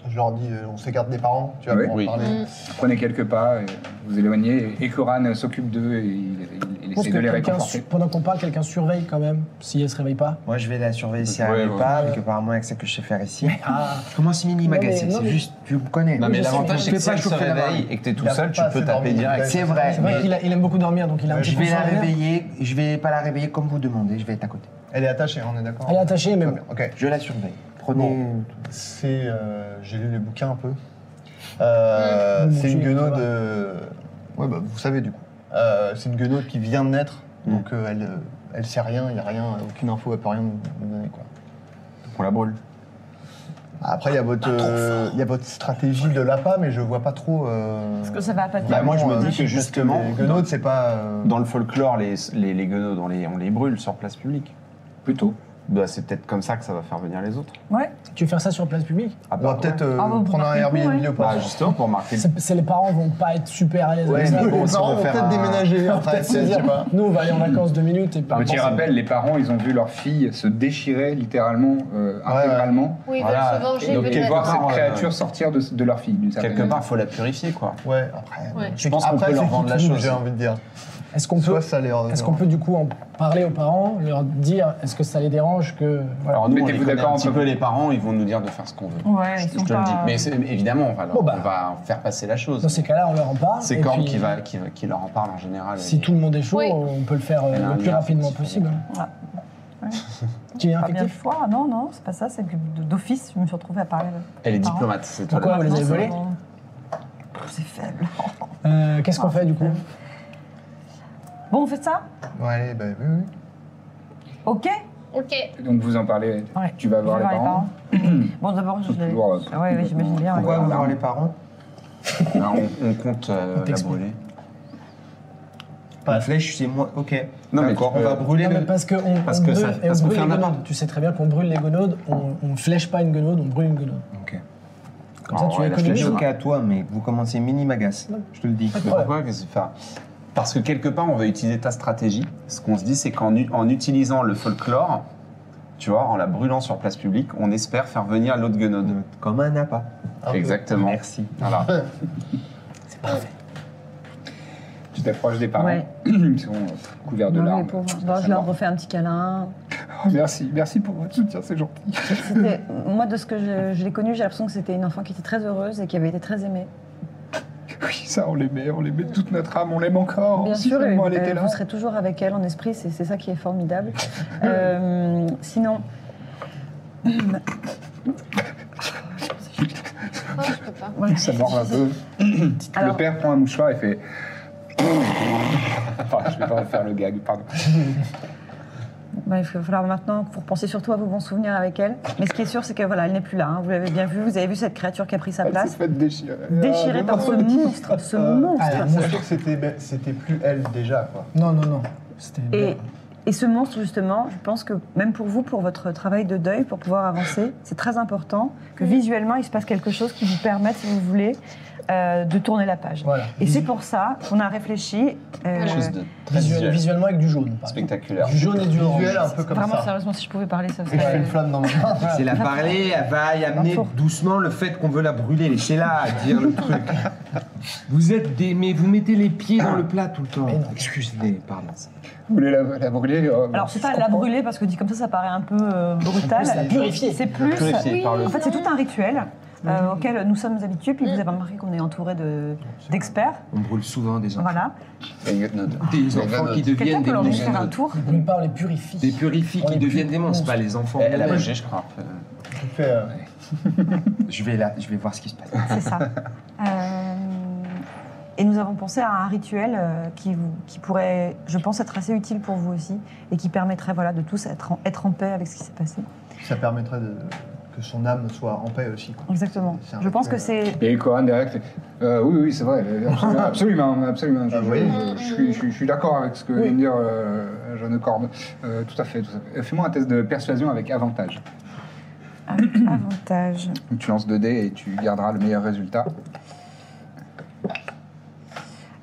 Speaker 2: Je leur dis, euh, on s'écarte des parents, tu vois,
Speaker 1: Oui.
Speaker 2: pour en
Speaker 4: Oui.
Speaker 2: parler.
Speaker 6: Mm.
Speaker 1: Prenez quelques pas, et vous éloignez, et, et Koran euh, s'occupe d'eux et il, il- il
Speaker 3: Je pense
Speaker 1: essaie
Speaker 3: que
Speaker 1: de les
Speaker 3: quelqu'un,
Speaker 1: réconforter.
Speaker 3: pendant qu'on parle, quelqu'un surveille quand même, si elle se réveille pas.
Speaker 7: Moi, je vais la surveiller si elle
Speaker 4: Ouais,
Speaker 7: n'arrive
Speaker 4: ouais.
Speaker 7: pas, parce qu'apparemment, avec ça que je sais faire ici.
Speaker 3: Ah,
Speaker 7: Je commence mini
Speaker 3: Non, mais-
Speaker 7: m'agacer,
Speaker 3: non,
Speaker 7: c'est
Speaker 3: mais-
Speaker 7: juste, tu me connais.
Speaker 4: Non, mais
Speaker 3: je sais,
Speaker 4: l'avantage,
Speaker 3: mais
Speaker 7: je
Speaker 4: c'est
Speaker 7: peux
Speaker 4: que si
Speaker 7: pas
Speaker 4: elle se
Speaker 7: chauffer la
Speaker 4: réveille
Speaker 7: barre.
Speaker 4: et que t'es
Speaker 2: Il
Speaker 4: tout
Speaker 2: a
Speaker 4: seul, tu
Speaker 2: pas
Speaker 4: peux
Speaker 2: assez
Speaker 4: taper
Speaker 2: dormi.
Speaker 4: direct.
Speaker 7: C'est vrai,
Speaker 3: c'est vrai
Speaker 7: mais
Speaker 3: qu'il a- il aime beaucoup dormir, donc il a un
Speaker 2: Ouais,
Speaker 3: petit
Speaker 7: je
Speaker 3: peu
Speaker 7: vais la
Speaker 3: somnolent.
Speaker 7: réveiller, je vais pas la réveiller comme vous demandez, je vais être à côté.
Speaker 2: Elle est attachée, on est d'accord
Speaker 3: Elle est attachée, mais
Speaker 2: Très
Speaker 3: bon.
Speaker 2: bien, Ok.
Speaker 7: Je la surveille. Prenez.
Speaker 2: C'est. euh, J'ai lu les bouquins un peu. Euh,
Speaker 3: Mm.
Speaker 2: C'est une
Speaker 3: Tu-
Speaker 2: guenaude.
Speaker 3: tu vois.
Speaker 2: euh, Ouais, bah, vous savez, du coup. Euh, C'est une guenaude qui vient de naître, donc euh, elle, euh, elle sait rien, il n'y a rien, aucune info, elle peut rien nous donner, quoi.
Speaker 7: On la brûle.
Speaker 2: Après, il y a
Speaker 5: Ah,
Speaker 2: votre, euh, il y a votre stratégie de l'appât, mais je vois pas trop. euh,
Speaker 5: Parce que ça va pas hein. te
Speaker 4: Bah, moi, je me
Speaker 2: vraiment,
Speaker 4: dis
Speaker 2: euh,
Speaker 4: que
Speaker 2: parce
Speaker 4: justement,
Speaker 2: les guenaudes, c'est pas. euh,
Speaker 4: Dans le folklore, les, les, les guenaudes, on les, on les brûle sur place publique.
Speaker 1: Plutôt.
Speaker 4: Bah, c'est peut-être comme ça que ça va faire venir les autres.
Speaker 5: Ouais.
Speaker 3: Tu veux faire ça sur place publique
Speaker 4: Ah,
Speaker 2: On va
Speaker 4: bah,
Speaker 2: peut-être euh,
Speaker 5: Ah, vous
Speaker 2: prendre un
Speaker 5: partez beaucoup,
Speaker 2: Airbnb
Speaker 5: ouais.
Speaker 2: au
Speaker 4: Bah,
Speaker 2: passage.
Speaker 4: justement, pour marquer le
Speaker 3: C'est c'est- les parents vont pas être super à l'aise
Speaker 2: Ouais,
Speaker 3: avec ça.
Speaker 2: mais
Speaker 3: Ils
Speaker 2: bon,
Speaker 3: vont
Speaker 2: ça, on
Speaker 4: va
Speaker 2: va
Speaker 4: faire
Speaker 2: peut-être
Speaker 4: un-
Speaker 2: déménager hein.
Speaker 4: (laughs)
Speaker 2: après,
Speaker 3: peut-être se
Speaker 2: tu sais
Speaker 3: dire,
Speaker 2: pas.
Speaker 3: nous on va aller en vacances deux minutes et par
Speaker 1: Petit
Speaker 3: contre,
Speaker 1: rappel, les parents, ils ont vu leur fille se déchirer littéralement, euh, intégralement.
Speaker 6: Oui, ils
Speaker 4: Voilà.
Speaker 6: veulent se
Speaker 4: Et
Speaker 6: venger
Speaker 4: donc,
Speaker 1: Et
Speaker 4: Quelque
Speaker 1: voir
Speaker 6: peut-être.
Speaker 4: part,
Speaker 1: cette
Speaker 4: euh,
Speaker 1: créature sortir de, de leur fille, d'une certaine
Speaker 4: Quelque part, faut la purifier, quoi.
Speaker 2: Ouais, après.
Speaker 6: Ah, Ouais.
Speaker 4: Je pense qu'on
Speaker 2: Après,
Speaker 4: peut leur
Speaker 2: c'est
Speaker 4: vendre
Speaker 2: qui
Speaker 4: la
Speaker 2: tout,
Speaker 4: chose.
Speaker 2: J'ai envie de dire.
Speaker 3: Est-ce qu'on peut,
Speaker 2: Soit ça les.
Speaker 3: est-ce qu'on peut du coup en parler aux parents, leur dire est-ce que ça les dérange que voilà.
Speaker 4: Alors nous, on les
Speaker 1: Mettez-vous
Speaker 4: connaît
Speaker 1: d'accord
Speaker 4: un petit
Speaker 1: entre
Speaker 4: peu
Speaker 1: vous.
Speaker 4: les parents, ils vont nous dire de faire ce qu'on veut.
Speaker 5: Ouais,
Speaker 4: je,
Speaker 5: ils
Speaker 4: je
Speaker 5: sont
Speaker 4: te le dis.
Speaker 5: pas-
Speaker 4: Mais c'est- évidemment, on va, leur-
Speaker 3: Bon, bah.
Speaker 4: on va faire passer la chose.
Speaker 3: dans ces cas-là on leur en parle
Speaker 4: C'est
Speaker 3: et
Speaker 4: Corbe
Speaker 3: puis,
Speaker 4: qui, va, qui, va- qui leur en parle en général.
Speaker 3: Si
Speaker 4: Et-
Speaker 3: tout le monde est chaud,
Speaker 6: Oui.
Speaker 3: on peut le faire euh,
Speaker 4: Elle a un
Speaker 3: le plus
Speaker 4: lien
Speaker 3: rapidement
Speaker 4: affectif
Speaker 3: possible.
Speaker 4: avec
Speaker 3: Tu es
Speaker 5: Pas bien de
Speaker 3: infectif
Speaker 5: fois, non, non, c'est pas ça, c'est que de- d'office, je me suis retrouvée à parler. avec
Speaker 4: Elle est
Speaker 5: mes parents.
Speaker 4: diplomate, c'est toi.
Speaker 3: Pourquoi
Speaker 4: là.
Speaker 3: vous les avez volés
Speaker 5: Non, Ah, C'est faible.
Speaker 3: Euh, Qu'est-ce qu'on
Speaker 5: Ah,
Speaker 3: fait du coup
Speaker 5: faible. Bon, on fait ça
Speaker 2: Ouais, bah oui, oui.
Speaker 5: Ok
Speaker 6: Ok.
Speaker 1: Donc vous en parlez,
Speaker 5: Ouais,
Speaker 1: tu vas
Speaker 5: je
Speaker 1: voir
Speaker 5: vais
Speaker 1: les parents.
Speaker 5: bon, d'abord, je
Speaker 1: Faut
Speaker 5: vais.
Speaker 1: toujours, euh,
Speaker 5: Ouais, ouais, j'imagine bien. ouais.
Speaker 7: Pourquoi vous
Speaker 1: Voilà.
Speaker 7: voir les parents
Speaker 4: Là, on, on compte euh, la
Speaker 3: t'explique.
Speaker 4: brûler.
Speaker 7: La flèche, c'est moi. Ok.
Speaker 4: Non, mais
Speaker 7: D'accord,
Speaker 4: tu
Speaker 7: on
Speaker 4: peux-
Speaker 7: va brûler
Speaker 3: Non, mais
Speaker 7: le.
Speaker 3: parce qu'on on
Speaker 4: parce que
Speaker 3: brûle,
Speaker 4: ça-
Speaker 3: et
Speaker 4: parce
Speaker 3: on
Speaker 4: qu'on
Speaker 3: brûle
Speaker 4: fait un
Speaker 3: les
Speaker 4: appart.
Speaker 3: guenaudes. Tu sais très bien qu'on brûle les guenaudes, on, on flèche pas une guenaude, on brûle une guenaude.
Speaker 4: Ok.
Speaker 3: Comme ça,
Speaker 4: Ah,
Speaker 3: tu
Speaker 4: ouais, la
Speaker 7: Je suis
Speaker 3: économises.
Speaker 4: flèche.
Speaker 7: choqué à toi, mais vous commencez mini m'agace. Je te le dis.
Speaker 4: Mais Pourquoi Qu'est-ce que- enfin, Parce que quelque part, on va utiliser ta stratégie. Ce qu'on se dit, c'est qu'en u- en utilisant le folklore, tu vois, en la brûlant sur place publique, on espère faire venir l'autre guenaude.
Speaker 7: Comme un appât.
Speaker 2: Un peu.
Speaker 4: Exactement.
Speaker 7: Merci.
Speaker 4: Voilà.
Speaker 1: Tu t'approches des parents.
Speaker 5: Ouais.
Speaker 1: (clears throat) Ils sont euh, couverts de
Speaker 5: Non, mais
Speaker 1: larmes.
Speaker 5: pauvre.
Speaker 1: Ça,
Speaker 5: Bon,
Speaker 1: ça
Speaker 5: je leur
Speaker 1: mord.
Speaker 5: refais un petit câlin.
Speaker 1: Oh, merci, merci pour votre soutien, c'est gentil. (laughs)
Speaker 5: C'était- Moi, de ce que je, je l'ai connu, j'ai l'impression que c'était une enfant qui était très heureuse et qui avait été très aimée.
Speaker 1: Oui, ça, on l'aimait, on l'aimait de toute notre âme, on l'aime encore.
Speaker 5: Bien
Speaker 1: Si
Speaker 5: sûr,
Speaker 1: seulement elle
Speaker 5: euh,
Speaker 1: était là.
Speaker 5: vous serez toujours avec elle en esprit, c'est c'est ça qui est formidable. (laughs) Euh, sinon, bah,
Speaker 6: Oh, je peux pas.
Speaker 5: voilà.
Speaker 1: Ça mord un
Speaker 5: (clears throat)
Speaker 1: peu. Le
Speaker 5: Alors-
Speaker 1: père prend un mouchoir et fait. (laughs) Enfin, je vais pas refaire le gag, pardon.
Speaker 5: Bah, il va falloir maintenant que vous repensiez surtout à vos bons souvenirs avec elle. Mais ce qui est sûr, c'est que voilà, elle n'est plus là. hein. Vous l'avez bien vu, vous avez vu cette créature qui a pris sa
Speaker 1: Elle s'est
Speaker 5: place,
Speaker 1: faite déchirer.
Speaker 2: Euh,
Speaker 1: Ah,
Speaker 5: déchirée par ce monstre, ce monstre.
Speaker 3: Ah,
Speaker 2: Sachez que c'était ben, c'était plus elle déjà, quoi.
Speaker 3: Non, non, non. C'était
Speaker 5: Et, et ce monstre, justement, je pense que même pour vous, pour votre travail de deuil, pour pouvoir avancer, c'est très important
Speaker 4: Mm.
Speaker 5: que visuellement, il se passe quelque chose qui vous permette, si vous voulez, euh, de tourner la page.
Speaker 3: Voilà.
Speaker 5: Et c'est pour ça qu'on a réfléchi. euh,
Speaker 4: Quelque chose de très
Speaker 3: Visu-
Speaker 4: visuel,
Speaker 3: Visuellement avec du jaune. par exemple.
Speaker 4: spectaculaire.
Speaker 3: Du jaune et du orange.
Speaker 2: Visuel un peu comme
Speaker 5: vraiment,
Speaker 2: ça.
Speaker 5: sérieusement, si je pouvais parler, ça
Speaker 2: Et je fais
Speaker 5: serait.
Speaker 2: une flamme dans mon
Speaker 5: (laughs)
Speaker 2: main.
Speaker 7: C'est la parler, elle va y amener
Speaker 5: Faut-
Speaker 7: doucement le fait qu'on veut la brûler. Laissez-la à dire le truc. Vous êtes des. Mais vous mettez les pieds dans le plat tout le temps. Excusez, pardon.
Speaker 1: Vous voulez la, la brûler euh,
Speaker 5: Alors, c'est
Speaker 1: je
Speaker 5: pas la
Speaker 1: comprends.
Speaker 5: brûler parce que dit comme ça, ça paraît un peu euh, brutal.
Speaker 3: la purifier.
Speaker 5: C'est plus.
Speaker 4: Purifier par le
Speaker 5: En fait, c'est tout un rituel euh, auquel nous sommes habitués. Puis vous
Speaker 4: Mm.
Speaker 5: avez remarqué qu'on est entouré de- d'experts.
Speaker 7: On brûle souvent des enfants.
Speaker 5: Voilà.
Speaker 4: Des guenaudes.
Speaker 7: Des
Speaker 4: Des
Speaker 7: enfants qui
Speaker 4: guenaudes.
Speaker 5: Quelqu'un
Speaker 7: deviennent des
Speaker 5: peut leur
Speaker 7: monstres.
Speaker 5: faire un tour.
Speaker 3: On les parle, on les purifie.
Speaker 7: Des purifis
Speaker 3: On
Speaker 7: qui
Speaker 3: les
Speaker 7: deviennent des monstres,
Speaker 3: purifie. Eh,
Speaker 7: pas les enfants.
Speaker 4: Elle a
Speaker 7: eux-mêmes.
Speaker 4: bougé, je crois. un peu.
Speaker 2: Je fais,
Speaker 4: (laughs)
Speaker 2: euh,
Speaker 7: Je vais là, je vais voir ce qui se passe.
Speaker 5: C'est ça. Euh, Et nous avons pensé à un rituel euh, qui, vous- qui pourrait, je pense, être assez utile pour vous aussi et qui permettrait voilà, de tous être en, être en paix avec ce qui s'est passé.
Speaker 2: Ça permettrait de- que son âme soit en paix aussi. quoi.
Speaker 5: Exactement.
Speaker 2: C'est un
Speaker 5: Je pense que
Speaker 2: rituel,
Speaker 5: c'est.
Speaker 1: Et Coran derrière qui fait euh, Oui, oui, c'est
Speaker 2: (laughs)
Speaker 1: vrai, absolument, absolument. absolument. Je,
Speaker 2: Ah
Speaker 1: je-
Speaker 2: oui.
Speaker 1: je suis, je suis- je suis d'accord avec ce que vient de dire euh, Jeanne Corbe. Euh, tout à fait, tout à fait. Euh, Fais-moi un test de persuasion avec avantage.
Speaker 5: Ah, avantage.
Speaker 1: Donc, tu lances 2 dés et tu garderas le meilleur résultat.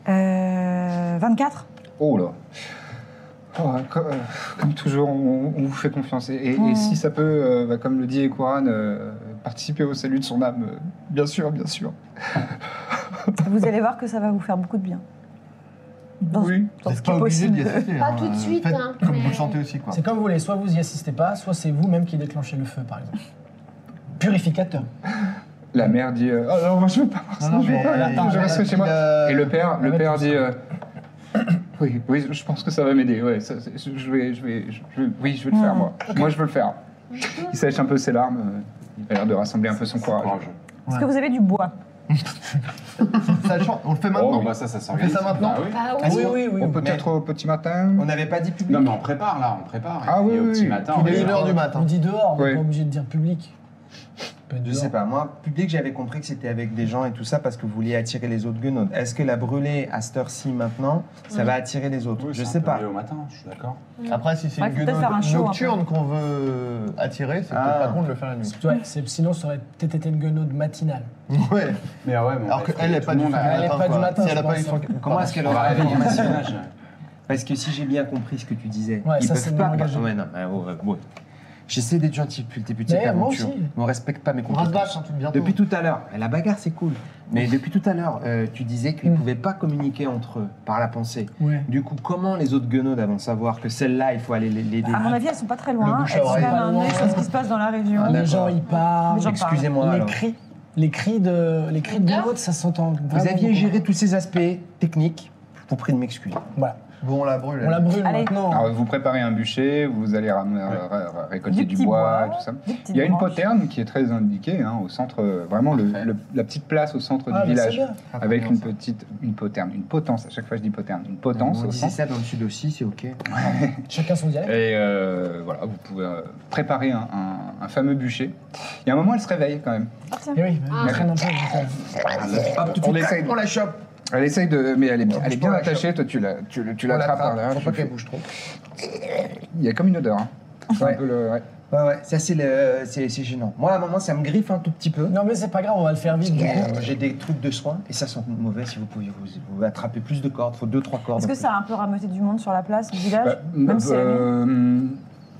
Speaker 5: Euh, 24
Speaker 1: Oh là Oh, euh, co- euh, comme toujours, on, on vous fait confiance. Et, et- et si ça peut, euh, bah, comme le dit Kouran, euh, participer au salut de son âme, euh, bien sûr, bien sûr.
Speaker 5: Vous allez voir que ça va vous faire beaucoup de bien. Dans-
Speaker 1: Oui.
Speaker 2: Vous
Speaker 5: dans ce
Speaker 2: n'êtes
Speaker 5: qui
Speaker 2: pas
Speaker 5: est
Speaker 2: obligé d'y
Speaker 5: possible.
Speaker 2: assister.
Speaker 6: Pas
Speaker 2: hein.
Speaker 6: tout de suite,
Speaker 2: Faites
Speaker 6: hein,
Speaker 2: comme
Speaker 6: mais-
Speaker 2: vous le sentez aussi, quoi.
Speaker 3: C'est comme vous voulez, soit vous y assistez pas, soit c'est vous-même qui déclenchez le feu, par exemple. Purificateur.
Speaker 1: La mère dit euh, Oh non, moi je veux pas voir ça,
Speaker 2: non,
Speaker 1: je veux
Speaker 2: mais-
Speaker 1: pas voir ça,
Speaker 2: attends,
Speaker 1: je reste
Speaker 2: attends,
Speaker 1: chez moi.
Speaker 2: euh,
Speaker 1: Et le père, le
Speaker 3: arrête
Speaker 1: père
Speaker 3: tout
Speaker 1: dit euh, Oui, oui, je pense que ça va m'aider. Ouais, ça, c'est- je vais, je vais, je vais- oui, je vais le faire, moi.
Speaker 2: Ah,
Speaker 1: Moi, je veux le faire. Il sèche un peu ses larmes. euh, Il a l'air de rassembler un peu son courage.
Speaker 5: Est-ce que vous avez du bois
Speaker 2: Sachant- on le fait
Speaker 4: Oh,
Speaker 2: maintenant.
Speaker 4: bah ça, ça
Speaker 2: on fait
Speaker 4: s'organise.
Speaker 2: ça maintenant. Ah,
Speaker 4: Bah oui.
Speaker 6: Bah
Speaker 1: Ah
Speaker 6: oui.
Speaker 3: Oui, oui, oui.
Speaker 1: On peut être au petit matin.
Speaker 7: On n'avait pas dit public.
Speaker 4: Non, mais on prépare là, on prépare.
Speaker 1: Ah
Speaker 4: (laughs) et puis
Speaker 1: oui,
Speaker 4: au
Speaker 1: oui,
Speaker 4: petit
Speaker 1: oui.
Speaker 4: matin,
Speaker 2: Il
Speaker 4: on
Speaker 2: est une
Speaker 4: verra.
Speaker 2: heure du matin.
Speaker 3: On dit dehors, on
Speaker 1: Oui.
Speaker 3: n'est pas obligé de dire public. On peut être
Speaker 7: Je
Speaker 3: dehors.
Speaker 7: sais pas, moi, public, j'avais compris que c'était avec des gens et tout ça parce que vous vouliez attirer les autres guenaudes. Est-ce que la brûler à cette heure-ci maintenant, ça va attirer les autres
Speaker 4: Oui,
Speaker 7: Je
Speaker 4: c'est un
Speaker 7: sais
Speaker 4: peu
Speaker 7: pas.
Speaker 4: mieux au matin, je suis d'accord.
Speaker 2: Après, si c'est
Speaker 5: Ouais,
Speaker 2: une
Speaker 5: faut peut-être faire un
Speaker 2: guenaude
Speaker 5: show,
Speaker 2: nocturne qu'on veut attirer, c'est
Speaker 7: Ah.
Speaker 2: peut-être pas con de le faire la nuit.
Speaker 3: Ouais, c'est- sinon, ça aurait peut-être été une guenaude matinale.
Speaker 2: Ouais.
Speaker 4: Mais ouais, mais on
Speaker 2: Alors
Speaker 4: va
Speaker 2: qu'elle n'est
Speaker 4: effrayer tout le
Speaker 2: pas du tout
Speaker 4: monde,
Speaker 2: du
Speaker 4: là.
Speaker 3: Elle est
Speaker 2: matin.
Speaker 3: pas du
Speaker 2: quoi.
Speaker 3: matin,
Speaker 2: Si elle
Speaker 3: je
Speaker 2: a pas eu
Speaker 3: pense,
Speaker 2: son.
Speaker 3: hein.
Speaker 7: Comment est-ce qu'elle
Speaker 4: On va
Speaker 7: aura
Speaker 4: réveiller
Speaker 7: réveillé
Speaker 4: le
Speaker 7: ma
Speaker 4: (laughs) matinage.
Speaker 7: Parce que si j'ai bien compris ce que tu disais,
Speaker 3: Ouais,
Speaker 7: ils
Speaker 3: ça, c'est
Speaker 7: peuvent pas.
Speaker 3: non engagé.
Speaker 7: Ouais, non, ouais, ouais, ouais. J'essaie d'être gentil depuis tes petites
Speaker 3: D'ailleurs, moi
Speaker 7: aventures.
Speaker 3: aussi.
Speaker 7: Mais on respecte pas mes
Speaker 2: On va se battre
Speaker 7: compétences.
Speaker 2: hein, tout- bientôt.
Speaker 7: Depuis tout à l'heure, la bagarre c'est cool. Mais depuis tout à l'heure, euh, tu disais qu'ils ne pouvaient pas communiquer entre eux par la pensée.
Speaker 3: Mm. Ouais.
Speaker 7: Du coup, comment les autres guenaudes vont savoir que celle-là, il faut aller les- l'aider
Speaker 3: Ah,
Speaker 5: À mon avis, elles sont pas très loin.
Speaker 2: bouche à
Speaker 5: Elles ont
Speaker 2: oreille.
Speaker 5: même un œil sur ce qui se passe dans la région.
Speaker 7: Ah,
Speaker 3: les gens,
Speaker 7: d'accord.
Speaker 3: ils parlent.
Speaker 5: Les gens parlent.
Speaker 7: Excusez-moi
Speaker 3: Les
Speaker 7: alors.
Speaker 3: cris, les cris de, les cris de
Speaker 6: Odeur.
Speaker 3: guenaude, ça s'entend.
Speaker 7: Vous
Speaker 3: vraiment
Speaker 7: aviez
Speaker 3: ah, beaucoup.
Speaker 7: géré tous ces aspects techniques. Je vous prie de m'excuser.
Speaker 3: Voilà.
Speaker 2: Bon, on la brûle.
Speaker 3: On la brûle
Speaker 5: Allez.
Speaker 3: maintenant.
Speaker 1: Alors, vous préparez un bûcher, vous allez ram- ra- ra- récolter du,
Speaker 5: petit
Speaker 1: bois,
Speaker 5: bois,
Speaker 1: et tout ça.
Speaker 5: des petites
Speaker 1: Il y a une
Speaker 5: branches.
Speaker 1: poterne qui est très indiquée, hein, au centre, euh, vraiment le- le- la petite place au centre
Speaker 3: Ah,
Speaker 1: du
Speaker 3: mais c'est
Speaker 1: village,
Speaker 3: bien.
Speaker 1: avec
Speaker 7: Ah,
Speaker 1: une petite, une poterne, une potence. À chaque fois, je dis poterne, une potence au
Speaker 7: On disait
Speaker 1: centre.
Speaker 7: ça dans le sud aussi, c'est ok.
Speaker 3: (laughs) Chacun son dialecte.
Speaker 1: Et euh, voilà, vous pouvez euh, préparer un, un- un fameux bûcher. Il y a un moment, elle se réveille quand même.
Speaker 5: Ah, tiens.
Speaker 3: Eh oui, bah, on traîne un peu. donc, euh,
Speaker 7: Ah, bah,
Speaker 1: on, essaye,
Speaker 7: la chope.
Speaker 1: elle essaye de, mais elle est, bien- elle est bien
Speaker 7: la
Speaker 1: attachée. Toi, tu la, tu, le- tu
Speaker 7: On
Speaker 1: l'attrapes par là.
Speaker 7: Faut
Speaker 1: tu
Speaker 7: pas
Speaker 1: fais-
Speaker 7: qu'elle bouge trop.
Speaker 1: Il y a comme une odeur. hein. C'est un
Speaker 7: Ouais.
Speaker 1: peu le- ouais.
Speaker 7: Ouais, ouais, ça c'est le- c'est c'est gênant. Moi, à un moment, ça me griffe un tout petit peu.
Speaker 3: Non, mais c'est pas grave, on va le faire vite. du coup.
Speaker 7: Euh, J'ai des trucs de soins et ça sent mauvais. Si vous pouviez vous, vous attraper plus de cordes, faut deux trois cordes.
Speaker 5: Est-ce que ça a un peu rameuté du monde sur la place, du village
Speaker 1: Bah,
Speaker 5: Même si la nuit
Speaker 1: euh,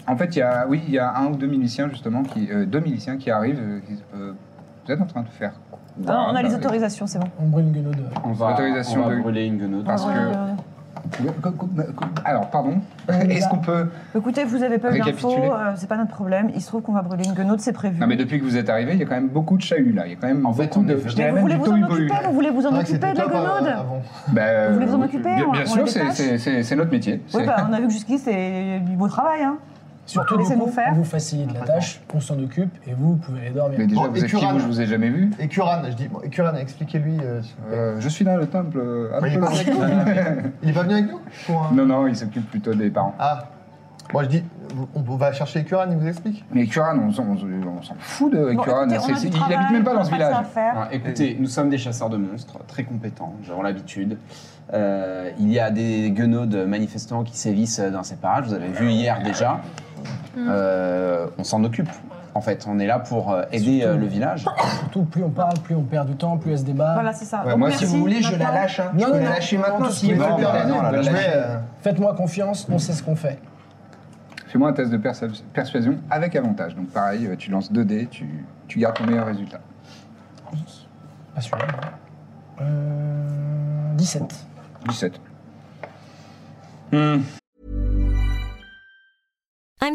Speaker 1: en fait, il y a, oui, il y a un ou deux miliciens justement, qui, euh, deux miliciens qui arrivent. euh, qui, euh, vous êtes en train de faire quoi
Speaker 5: Ah, on
Speaker 1: Bah,
Speaker 5: a les
Speaker 1: bah,
Speaker 5: autorisations, c'est bon.
Speaker 3: On brûle une guenaude. euh,
Speaker 4: On va,
Speaker 1: Autorisation
Speaker 4: on va
Speaker 1: de-
Speaker 4: brûler une guenaude.
Speaker 1: Parce que-
Speaker 5: Euh,
Speaker 1: Alors, pardon.
Speaker 3: les
Speaker 1: Est-ce
Speaker 3: a.
Speaker 1: qu'on peut
Speaker 5: Écoutez, vous avez pas eu l'info,
Speaker 1: Récapituler.
Speaker 5: euh, c'est pas notre problème. Il se trouve qu'on va brûler une guenaude, c'est prévu.
Speaker 1: Non, mais depuis que vous êtes arrivé, il y a quand même beaucoup de chahuts là. Il y a quand même
Speaker 4: En fait,
Speaker 1: beaucoup
Speaker 4: on
Speaker 1: de.
Speaker 4: est
Speaker 1: je
Speaker 4: fait-
Speaker 5: Mais
Speaker 1: dirais
Speaker 5: vous
Speaker 1: même
Speaker 5: voulez
Speaker 1: du
Speaker 5: vous en
Speaker 1: tohu-bohu.
Speaker 5: occuper Vous voulez vous
Speaker 2: C'est
Speaker 5: en
Speaker 2: vrai que
Speaker 5: occuper
Speaker 2: c'était
Speaker 5: de la
Speaker 2: top, euh,
Speaker 5: guenaude
Speaker 2: avant.
Speaker 1: Bah,
Speaker 5: Vous voulez
Speaker 1: euh,
Speaker 5: vous en occuper,
Speaker 1: Bien,
Speaker 5: on-
Speaker 1: bien
Speaker 5: on
Speaker 1: sûr,
Speaker 5: les
Speaker 1: c'est-
Speaker 5: détache.
Speaker 1: c'est c'est- c'est notre métier.
Speaker 5: Oui,
Speaker 1: C'est-
Speaker 5: bah, on a vu que jusqu'ici, c'est du beau travail. Hein.
Speaker 3: Surtout,
Speaker 5: Bon,
Speaker 3: du coup,
Speaker 5: laissez-nous faire.
Speaker 3: on vous facilite la tâche, on s'en occupe et vous, vous pouvez aller dormir.
Speaker 1: Mais déjà,
Speaker 2: Bon,
Speaker 1: vous
Speaker 2: et
Speaker 1: êtes qui,
Speaker 2: Kuran
Speaker 1: vous Je vous ai jamais vu.
Speaker 2: Et Kuran, je dis, bon, et Kuran, expliquez-lui. euh, s'il vous plaît.
Speaker 1: Euh, je suis dans le temple. euh,
Speaker 2: Mais il est
Speaker 1: Apollo.
Speaker 2: pas avec nous.
Speaker 1: (laughs)
Speaker 2: Il est pas venu avec nous pour un-
Speaker 1: Non, non, il s'occupe plutôt des parents.
Speaker 2: Ah. Moi, je dis, on on va chercher Kuran, il vous explique.
Speaker 1: Mais Kuran, on, s'en- on s'en fout de
Speaker 5: Bon,
Speaker 1: Kuran.
Speaker 5: écoutez, on
Speaker 1: C'est-
Speaker 5: a du
Speaker 1: c'est- il
Speaker 5: travail,
Speaker 1: habite même pas dans ce
Speaker 5: on a pas de ça à
Speaker 1: village.
Speaker 5: faire.
Speaker 4: Alors, écoutez, nous sommes des chasseurs de monstres, très compétents, nous avons l'habitude. Euh, il y a des guenaudes manifestants qui sévissent dans ces parages, vous avez vu hier déjà.
Speaker 5: Mm.
Speaker 4: Euh, on s'en occupe, en fait. On est là pour euh, aider euh, le village.
Speaker 3: Surtout, plus on parle, plus on perd du temps, plus elle se débat.
Speaker 5: Voilà, c'est ça.
Speaker 1: Ouais,
Speaker 5: Donc,
Speaker 1: moi,
Speaker 7: Si
Speaker 5: merci,
Speaker 7: vous voulez, je la
Speaker 5: maintenant.
Speaker 7: lâche. Hein.
Speaker 3: Non,
Speaker 7: je peux
Speaker 3: non,
Speaker 7: la
Speaker 3: non.
Speaker 7: lâcher maintenant.
Speaker 3: tout ce
Speaker 7: Si
Speaker 3: qui est
Speaker 7: veut,
Speaker 3: fait,
Speaker 7: mais
Speaker 3: pardon,
Speaker 7: non, la
Speaker 2: Je
Speaker 7: lâche.
Speaker 2: vais, euh,
Speaker 3: Faites-moi confiance, on sait ce qu'on fait.
Speaker 1: Fais-moi un test de persu- persuasion avec avantage. Donc, pareil, euh, tu lances 2 dés, tu, tu gardes ton meilleur résultat.
Speaker 3: Assuré. Euh, 17.
Speaker 1: 17. Hmm.
Speaker 8: I'm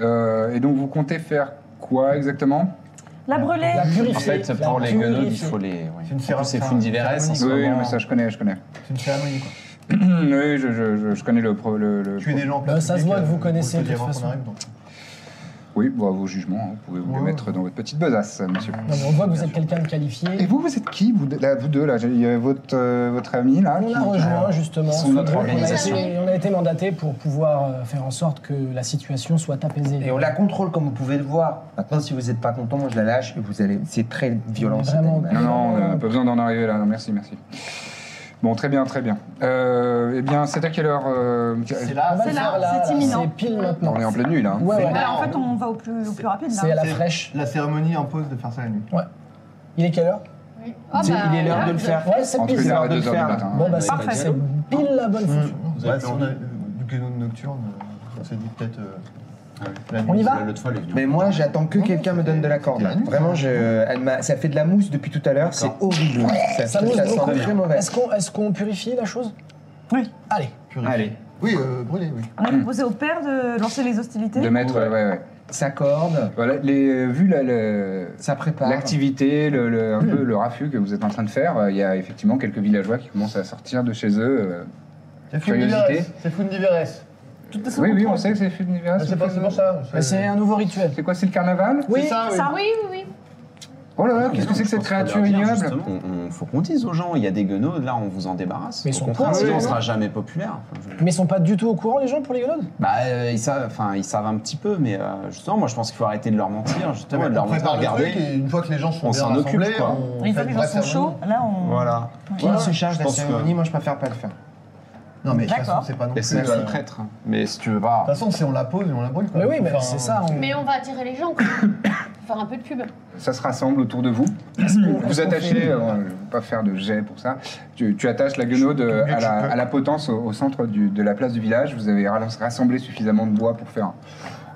Speaker 1: Euh, et donc vous comptez faire quoi exactement
Speaker 5: La brûlée
Speaker 3: La purifier.
Speaker 4: En fait,
Speaker 3: la
Speaker 4: pour les guenaudes, il
Speaker 3: purifier.
Speaker 4: faut les. ouais.
Speaker 2: C'est une
Speaker 4: En plus,
Speaker 2: cérémonie.
Speaker 4: C'est Fundiveres en ce
Speaker 1: Oui, oui,
Speaker 4: moment.
Speaker 1: mais ça je connais, je connais.
Speaker 2: C'est une cérémonie, quoi.
Speaker 1: (clears throat) oui, je, je- je- je connais le... pro- le, le-
Speaker 2: Tuer des gens en
Speaker 3: Bah, ça
Speaker 2: public,
Speaker 3: se voit
Speaker 2: euh,
Speaker 3: que vous
Speaker 2: faut
Speaker 3: connaissez,
Speaker 2: le
Speaker 3: de
Speaker 2: dire
Speaker 3: toute
Speaker 2: avant qu'on
Speaker 3: façon.
Speaker 2: arrive, donc.
Speaker 1: Oui, bon, vos jugements, hein, vous pouvez vous les
Speaker 2: Ouais.
Speaker 1: mettre dans votre petite besace, monsieur.
Speaker 3: Non, mais on voit que vous êtes quelqu'un de qualifié.
Speaker 1: Et vous, vous êtes qui, vous, deux- là, vous deux, là Il y a votre, euh, votre ami, là
Speaker 3: On
Speaker 1: qui-
Speaker 3: a
Speaker 7: Euh,
Speaker 3: rejoint justement
Speaker 4: Son
Speaker 3: ce
Speaker 4: notre
Speaker 3: groupe. On a
Speaker 4: organisation.
Speaker 3: été- On a été mandaté pour pouvoir euh, faire en sorte que la situation soit apaisée.
Speaker 7: Et on la contrôle comme vous pouvez le voir. Maintenant, si vous n'êtes pas content, moi je la lâche et vous allez. C'est très violent
Speaker 3: Mais
Speaker 7: cet
Speaker 3: vraiment.
Speaker 1: Non,
Speaker 7: animal.
Speaker 1: non, euh, on n'a pas besoin d'en arriver là. Non, merci, merci. Bon, très bien, très bien. Euh, eh bien, c'est à quelle heure euh,
Speaker 2: C'est
Speaker 3: On
Speaker 2: là,
Speaker 3: va
Speaker 5: C'est
Speaker 3: le
Speaker 5: là,
Speaker 3: faire là,
Speaker 5: c'est
Speaker 3: là.
Speaker 5: imminent.
Speaker 3: C'est pile maintenant.
Speaker 1: On est en pleine nuit, là. hein.
Speaker 3: Ouais, ouais,
Speaker 5: Voilà, en fait, on va au plus, au plus rapide.
Speaker 3: c'est à
Speaker 5: Là.
Speaker 3: la
Speaker 2: C'est-
Speaker 3: fraîche.
Speaker 2: La cérémonie impose de faire ça la nuit.
Speaker 3: Il est quelle heure
Speaker 6: Ah
Speaker 4: C'est-
Speaker 6: bah,
Speaker 4: il est l'heure
Speaker 6: là,
Speaker 4: de le
Speaker 6: je-
Speaker 4: faire.
Speaker 3: Ouais, c'est
Speaker 1: Entre 1h
Speaker 3: pile.
Speaker 7: heure
Speaker 1: et
Speaker 7: de
Speaker 1: 2h
Speaker 7: le Mm.
Speaker 1: du
Speaker 7: faire.
Speaker 1: matin. hein.
Speaker 3: Bon, bah,
Speaker 4: Ouais,
Speaker 3: c'est
Speaker 4: pas de
Speaker 3: c'est
Speaker 4: dialogue.
Speaker 3: pile la bonne fouture.
Speaker 2: Vous avez on a du guénon nocturne, euh, on s'est dit peut-être euh, la nuit.
Speaker 3: On y va
Speaker 4: L'autre fois, elle est venue.
Speaker 7: Mais moi, j'attends que quelqu'un me donne de la corde.
Speaker 2: c'était la nuit.
Speaker 7: Vraiment, je, elle m'a- ça fait de la mousse depuis tout à l'heure. C'est horrible. Mm. Ça,
Speaker 3: Ah. Ça mousse
Speaker 7: ça sent
Speaker 3: beaucoup.
Speaker 7: très mauvais.
Speaker 3: Est-ce qu'on est-ce qu'on purifie la chose
Speaker 5: Oui.
Speaker 3: Allez.
Speaker 2: Purifier.
Speaker 7: Allez,
Speaker 2: Oui, euh, brûler, oui.
Speaker 5: On a proposé au père de lancer les hostilités.
Speaker 1: De mettre,
Speaker 7: Ouais.
Speaker 1: ouais, ouais.
Speaker 7: ça corde,
Speaker 1: Voilà, les, euh, vu la- le-
Speaker 7: ça prépare.
Speaker 1: l'activité, le, le- un peu le raffut que vous êtes en train de faire, euh, il y a effectivement quelques villageois qui commencent à sortir de chez eux. euh.
Speaker 2: C'est
Speaker 1: Curiosité.
Speaker 2: Fundiveres. C'est Fundiveres.
Speaker 4: Ah,
Speaker 1: Oui, oui, on sait que c'est fait d'univers,
Speaker 2: Ah, C'est pas
Speaker 1: fait-
Speaker 2: c'est pour ça.
Speaker 3: Bah, C'est un nouveau rituel.
Speaker 1: C'est quoi, c'est le carnaval
Speaker 3: Oui.
Speaker 2: C'est ça, oui.
Speaker 5: Ça,
Speaker 6: Oui, oui, oui.
Speaker 1: Oh là là, qu'est-ce que c'est que cette créature ignoble
Speaker 4: Justement, on- on- faut qu'on dise aux gens, il y a des guenaudes, là, on vous en débarrasse.
Speaker 3: Mais
Speaker 4: Au
Speaker 3: ils sont
Speaker 4: contraire,
Speaker 3: pas- hein.
Speaker 4: sinon,
Speaker 3: oui,
Speaker 4: on
Speaker 3: oui.
Speaker 4: sera jamais populaire. Enfin, je-
Speaker 3: Mais ils sont pas du tout au courant les gens pour les guenaudes
Speaker 4: Bah, euh, ils savent, enfin, ils savent un petit peu, mais euh, justement, moi, je pense qu'il faut arrêter de leur mentir, justement, et de leur
Speaker 2: on
Speaker 4: montrer,
Speaker 2: prépare le truc
Speaker 4: regardez.
Speaker 2: et une fois que les gens sont
Speaker 4: On
Speaker 2: bien
Speaker 4: s'en occupe,
Speaker 2: rassemblés,
Speaker 4: quoi.
Speaker 2: on
Speaker 5: Une
Speaker 2: fait
Speaker 5: fois que les
Speaker 2: une
Speaker 5: gens
Speaker 2: vraie
Speaker 5: sont chauds,
Speaker 2: cérémonie.
Speaker 5: là, on.
Speaker 7: Voilà. Qui
Speaker 4: Ouais.
Speaker 7: se charge de la
Speaker 4: Je pense que-
Speaker 7: cérémonie Moi, je préfère pas le faire.
Speaker 2: Non mais de toute
Speaker 5: D'accord.
Speaker 2: façon, c'est pas non plus.
Speaker 4: Laissez-le
Speaker 2: euh,
Speaker 4: à
Speaker 2: De
Speaker 4: le
Speaker 2: toute
Speaker 4: traître. Mais si tu veux pas.
Speaker 2: façon, c'est on la pose et on la brûle. quoi.
Speaker 3: Mais oui, mais
Speaker 2: Enfin,
Speaker 3: c'est ça. on-
Speaker 6: Mais on va attirer les gens, quand même. (coughs) Faire un peu de pub.
Speaker 1: Ça se rassemble autour de vous. Vous attachez, euh, je ne vais pas faire de jet pour ça, tu, tu attaches la guenaude euh, à la, à la potence au, au centre du- de la place du village. Vous avez rala- rassemblé suffisamment de bois pour faire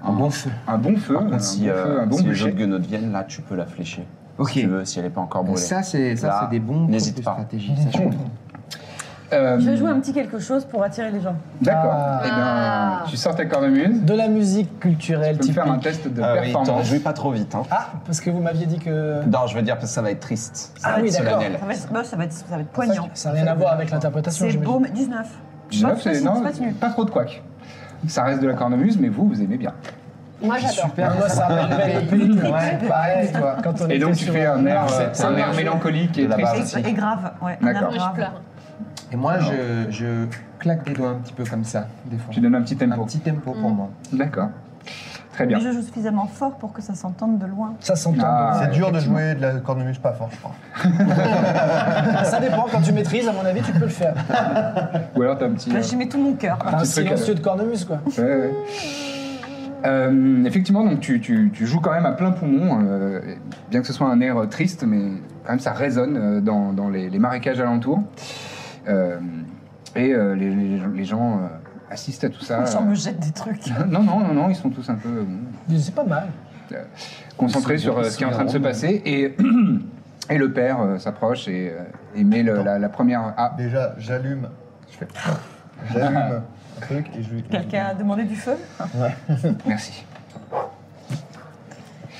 Speaker 1: un,
Speaker 4: Un bon feu.
Speaker 1: un bon feu,
Speaker 4: Par
Speaker 1: un
Speaker 4: contre, si,
Speaker 1: bon
Speaker 4: euh,
Speaker 1: feu, un bon
Speaker 4: si les
Speaker 1: bûcher.
Speaker 4: autres guenaudes viennent, là, tu peux la flécher.
Speaker 7: Ok.
Speaker 4: Si tu veux, si elle n'est pas encore brûlée.
Speaker 7: Ça, c'est ça,
Speaker 4: Là,
Speaker 7: c'est des bons
Speaker 4: n'hésite
Speaker 7: trucs de
Speaker 4: pas.
Speaker 7: stratégie. ça, je comprends.
Speaker 1: Euh,
Speaker 5: Je vais jouer un petit quelque chose pour attirer les gens.
Speaker 1: D'accord.
Speaker 3: Ah.
Speaker 1: Eh bien, tu sors ta cornemuse.
Speaker 3: De la musique culturelle
Speaker 1: Tu peux me
Speaker 3: typique.
Speaker 1: faire un test de
Speaker 4: Ah oui, attends,
Speaker 1: performance.
Speaker 4: je vais pas trop vite. Hein.
Speaker 3: Ah, parce que vous m'aviez dit que. (laughs)
Speaker 4: Non, je veux dire, parce que ça va être triste. Ça
Speaker 3: Ah
Speaker 4: va
Speaker 3: oui,
Speaker 4: être
Speaker 3: d'accord.
Speaker 4: solennel. (laughs)
Speaker 5: Ça va être, bah, ça va être, ça va être poignant.
Speaker 3: Ça n'a rien à voir avec l'interprétation.
Speaker 5: C'est
Speaker 3: j'imagine.
Speaker 5: beau, mais 19.
Speaker 1: Dix-neuf,
Speaker 5: Pas-
Speaker 1: c'est-
Speaker 5: c'est-
Speaker 1: non,
Speaker 5: c'est pas tenu.
Speaker 1: pas trop de couac. Ça reste de la cornemuse, mais vous, vous aimez bien.
Speaker 6: Moi, j'adore.
Speaker 3: Super, moi ça m'appelle le pays.
Speaker 7: Ouais, pareil, toi.
Speaker 3: Quand on
Speaker 1: Et donc,
Speaker 3: était
Speaker 1: tu
Speaker 3: sur-
Speaker 1: fais un air,
Speaker 3: Non,
Speaker 1: euh,
Speaker 3: c'est-
Speaker 1: un air mélancolique et
Speaker 4: De la
Speaker 1: triste.
Speaker 4: base.
Speaker 5: Et, et grave, ouais. un
Speaker 1: D'accord.
Speaker 5: air
Speaker 6: Moi, je
Speaker 5: grave.
Speaker 6: pleure.
Speaker 7: Et moi, je, je claque des doigts un petit peu comme ça, des fois.
Speaker 1: Tu donnes un petit
Speaker 7: Un
Speaker 1: tempo.
Speaker 7: petit tempo
Speaker 1: (coughs)
Speaker 7: pour moi.
Speaker 1: D'accord. Très bien.
Speaker 5: Mais je joue suffisamment fort pour que ça s'entende de loin.
Speaker 3: Ça s'entend.
Speaker 1: Ah,
Speaker 2: C'est dur de jouer de la cornemuse pas fort, je crois.
Speaker 3: Ça dépend, quand tu maîtrises, à mon avis, tu peux le faire.
Speaker 1: Ou alors t'as un petit.
Speaker 5: Là,
Speaker 1: euh,
Speaker 5: j'y Bah, mets tout mon cœur.
Speaker 3: Enfin, un
Speaker 1: petit truc,
Speaker 7: euh,
Speaker 1: euh,
Speaker 3: silencieux de cornemuse, quoi.
Speaker 1: Ouais, ouais. Euh, effectivement, donc tu, tu- tu joues quand même à plein poumon, euh, et bien que ce soit un air euh, triste, mais quand même ça résonne euh, dans, dans les, les marécages alentours. Euh, et euh, les, les- les gens euh, assistent à tout ça.
Speaker 5: Les gens me jettent des trucs.
Speaker 1: Non, non, non, non, ils sont tous un peu euh,
Speaker 3: Mais C'est pas mal.
Speaker 1: concentrés
Speaker 4: Ils sont
Speaker 1: sur euh,
Speaker 4: bien,
Speaker 1: ce qui est
Speaker 4: ils
Speaker 1: en
Speaker 4: sont
Speaker 1: train de se
Speaker 4: bien
Speaker 1: passer. Et, (clears throat) et le père euh, s'approche et, euh, et met le- la, la première. Ah,
Speaker 2: Déjà, j'allume. Je fais.
Speaker 1: (laughs)
Speaker 2: J'allume un truc et je lui.
Speaker 5: Quelqu'un a demandé du feu
Speaker 1: merci.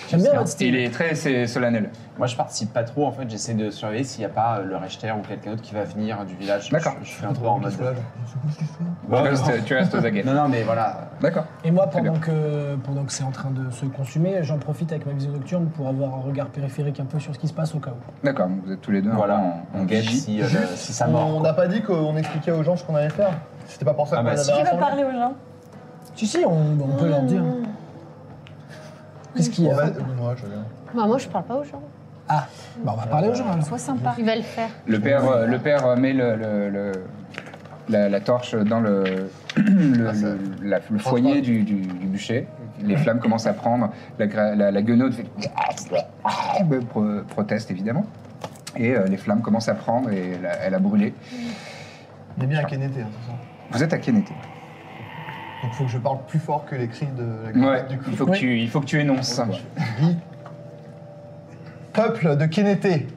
Speaker 3: J'aime bien votre style.
Speaker 1: Il est très c'est solennel.
Speaker 4: Moi, je participe pas trop. En fait, j'essaie de surveiller s'il n'y a pas euh, le rechter ou quelqu'un d'autre qui va venir du village.
Speaker 1: D'accord.
Speaker 4: Je, je fais un peu en mode.
Speaker 1: Tu
Speaker 4: Ouais,
Speaker 1: restes- tu restes aux aguets.
Speaker 4: (laughs) non, non, mais voilà.
Speaker 1: D'accord.
Speaker 3: Et moi,
Speaker 1: Très
Speaker 3: pendant que, pendant que c'est en train de se consumer, j'en profite avec ma vision nocturne pour avoir un regard périphérique un peu sur ce qui se passe au cas où.
Speaker 1: D'accord, vous êtes tous les deux.
Speaker 4: Voilà,
Speaker 1: en-
Speaker 4: on,
Speaker 1: en
Speaker 4: on guette
Speaker 1: vigie.
Speaker 4: si, euh, le- si ça mord.
Speaker 2: On n'a pas dit qu'on expliquait aux gens ce qu'on allait faire. C'était pas pour ça
Speaker 4: Ah
Speaker 2: qu'on
Speaker 4: bah
Speaker 2: avait
Speaker 4: si.
Speaker 5: Qui va
Speaker 2: rassemblé.
Speaker 5: parler Mmh. aux gens
Speaker 3: Si, si, on, on peut leur dire.
Speaker 6: Mmh.
Speaker 3: Qu'est-ce qu'il y
Speaker 2: On
Speaker 3: a
Speaker 2: va- bah, Moi, je viens.
Speaker 6: Bah, moi, je parle pas aux gens.
Speaker 3: Ah, bah on va parler aux gens alors.
Speaker 5: Sois sympa.
Speaker 6: Il va le faire.
Speaker 1: Le père, euh, le père euh, met le, le- le- la, la torche dans le, (clears throat)
Speaker 4: Ah,
Speaker 1: le, le- la- le foyer du, du- du bûcher. Les flammes commencent à prendre. La, gra- la, la guenaude fait Pro- proteste évidemment. Et euh, les flammes commencent à prendre et elle a, elle a brûlé.
Speaker 2: On est bien à Kennedy, hein, c'est ça.
Speaker 1: Vous êtes à Kenneté.
Speaker 2: Donc faut que je parle plus fort que les cris de la
Speaker 1: Ouais,
Speaker 2: du coup.
Speaker 1: il faut, que tu, il faut que tu énonces.
Speaker 2: Dis, Peuple de Kénété,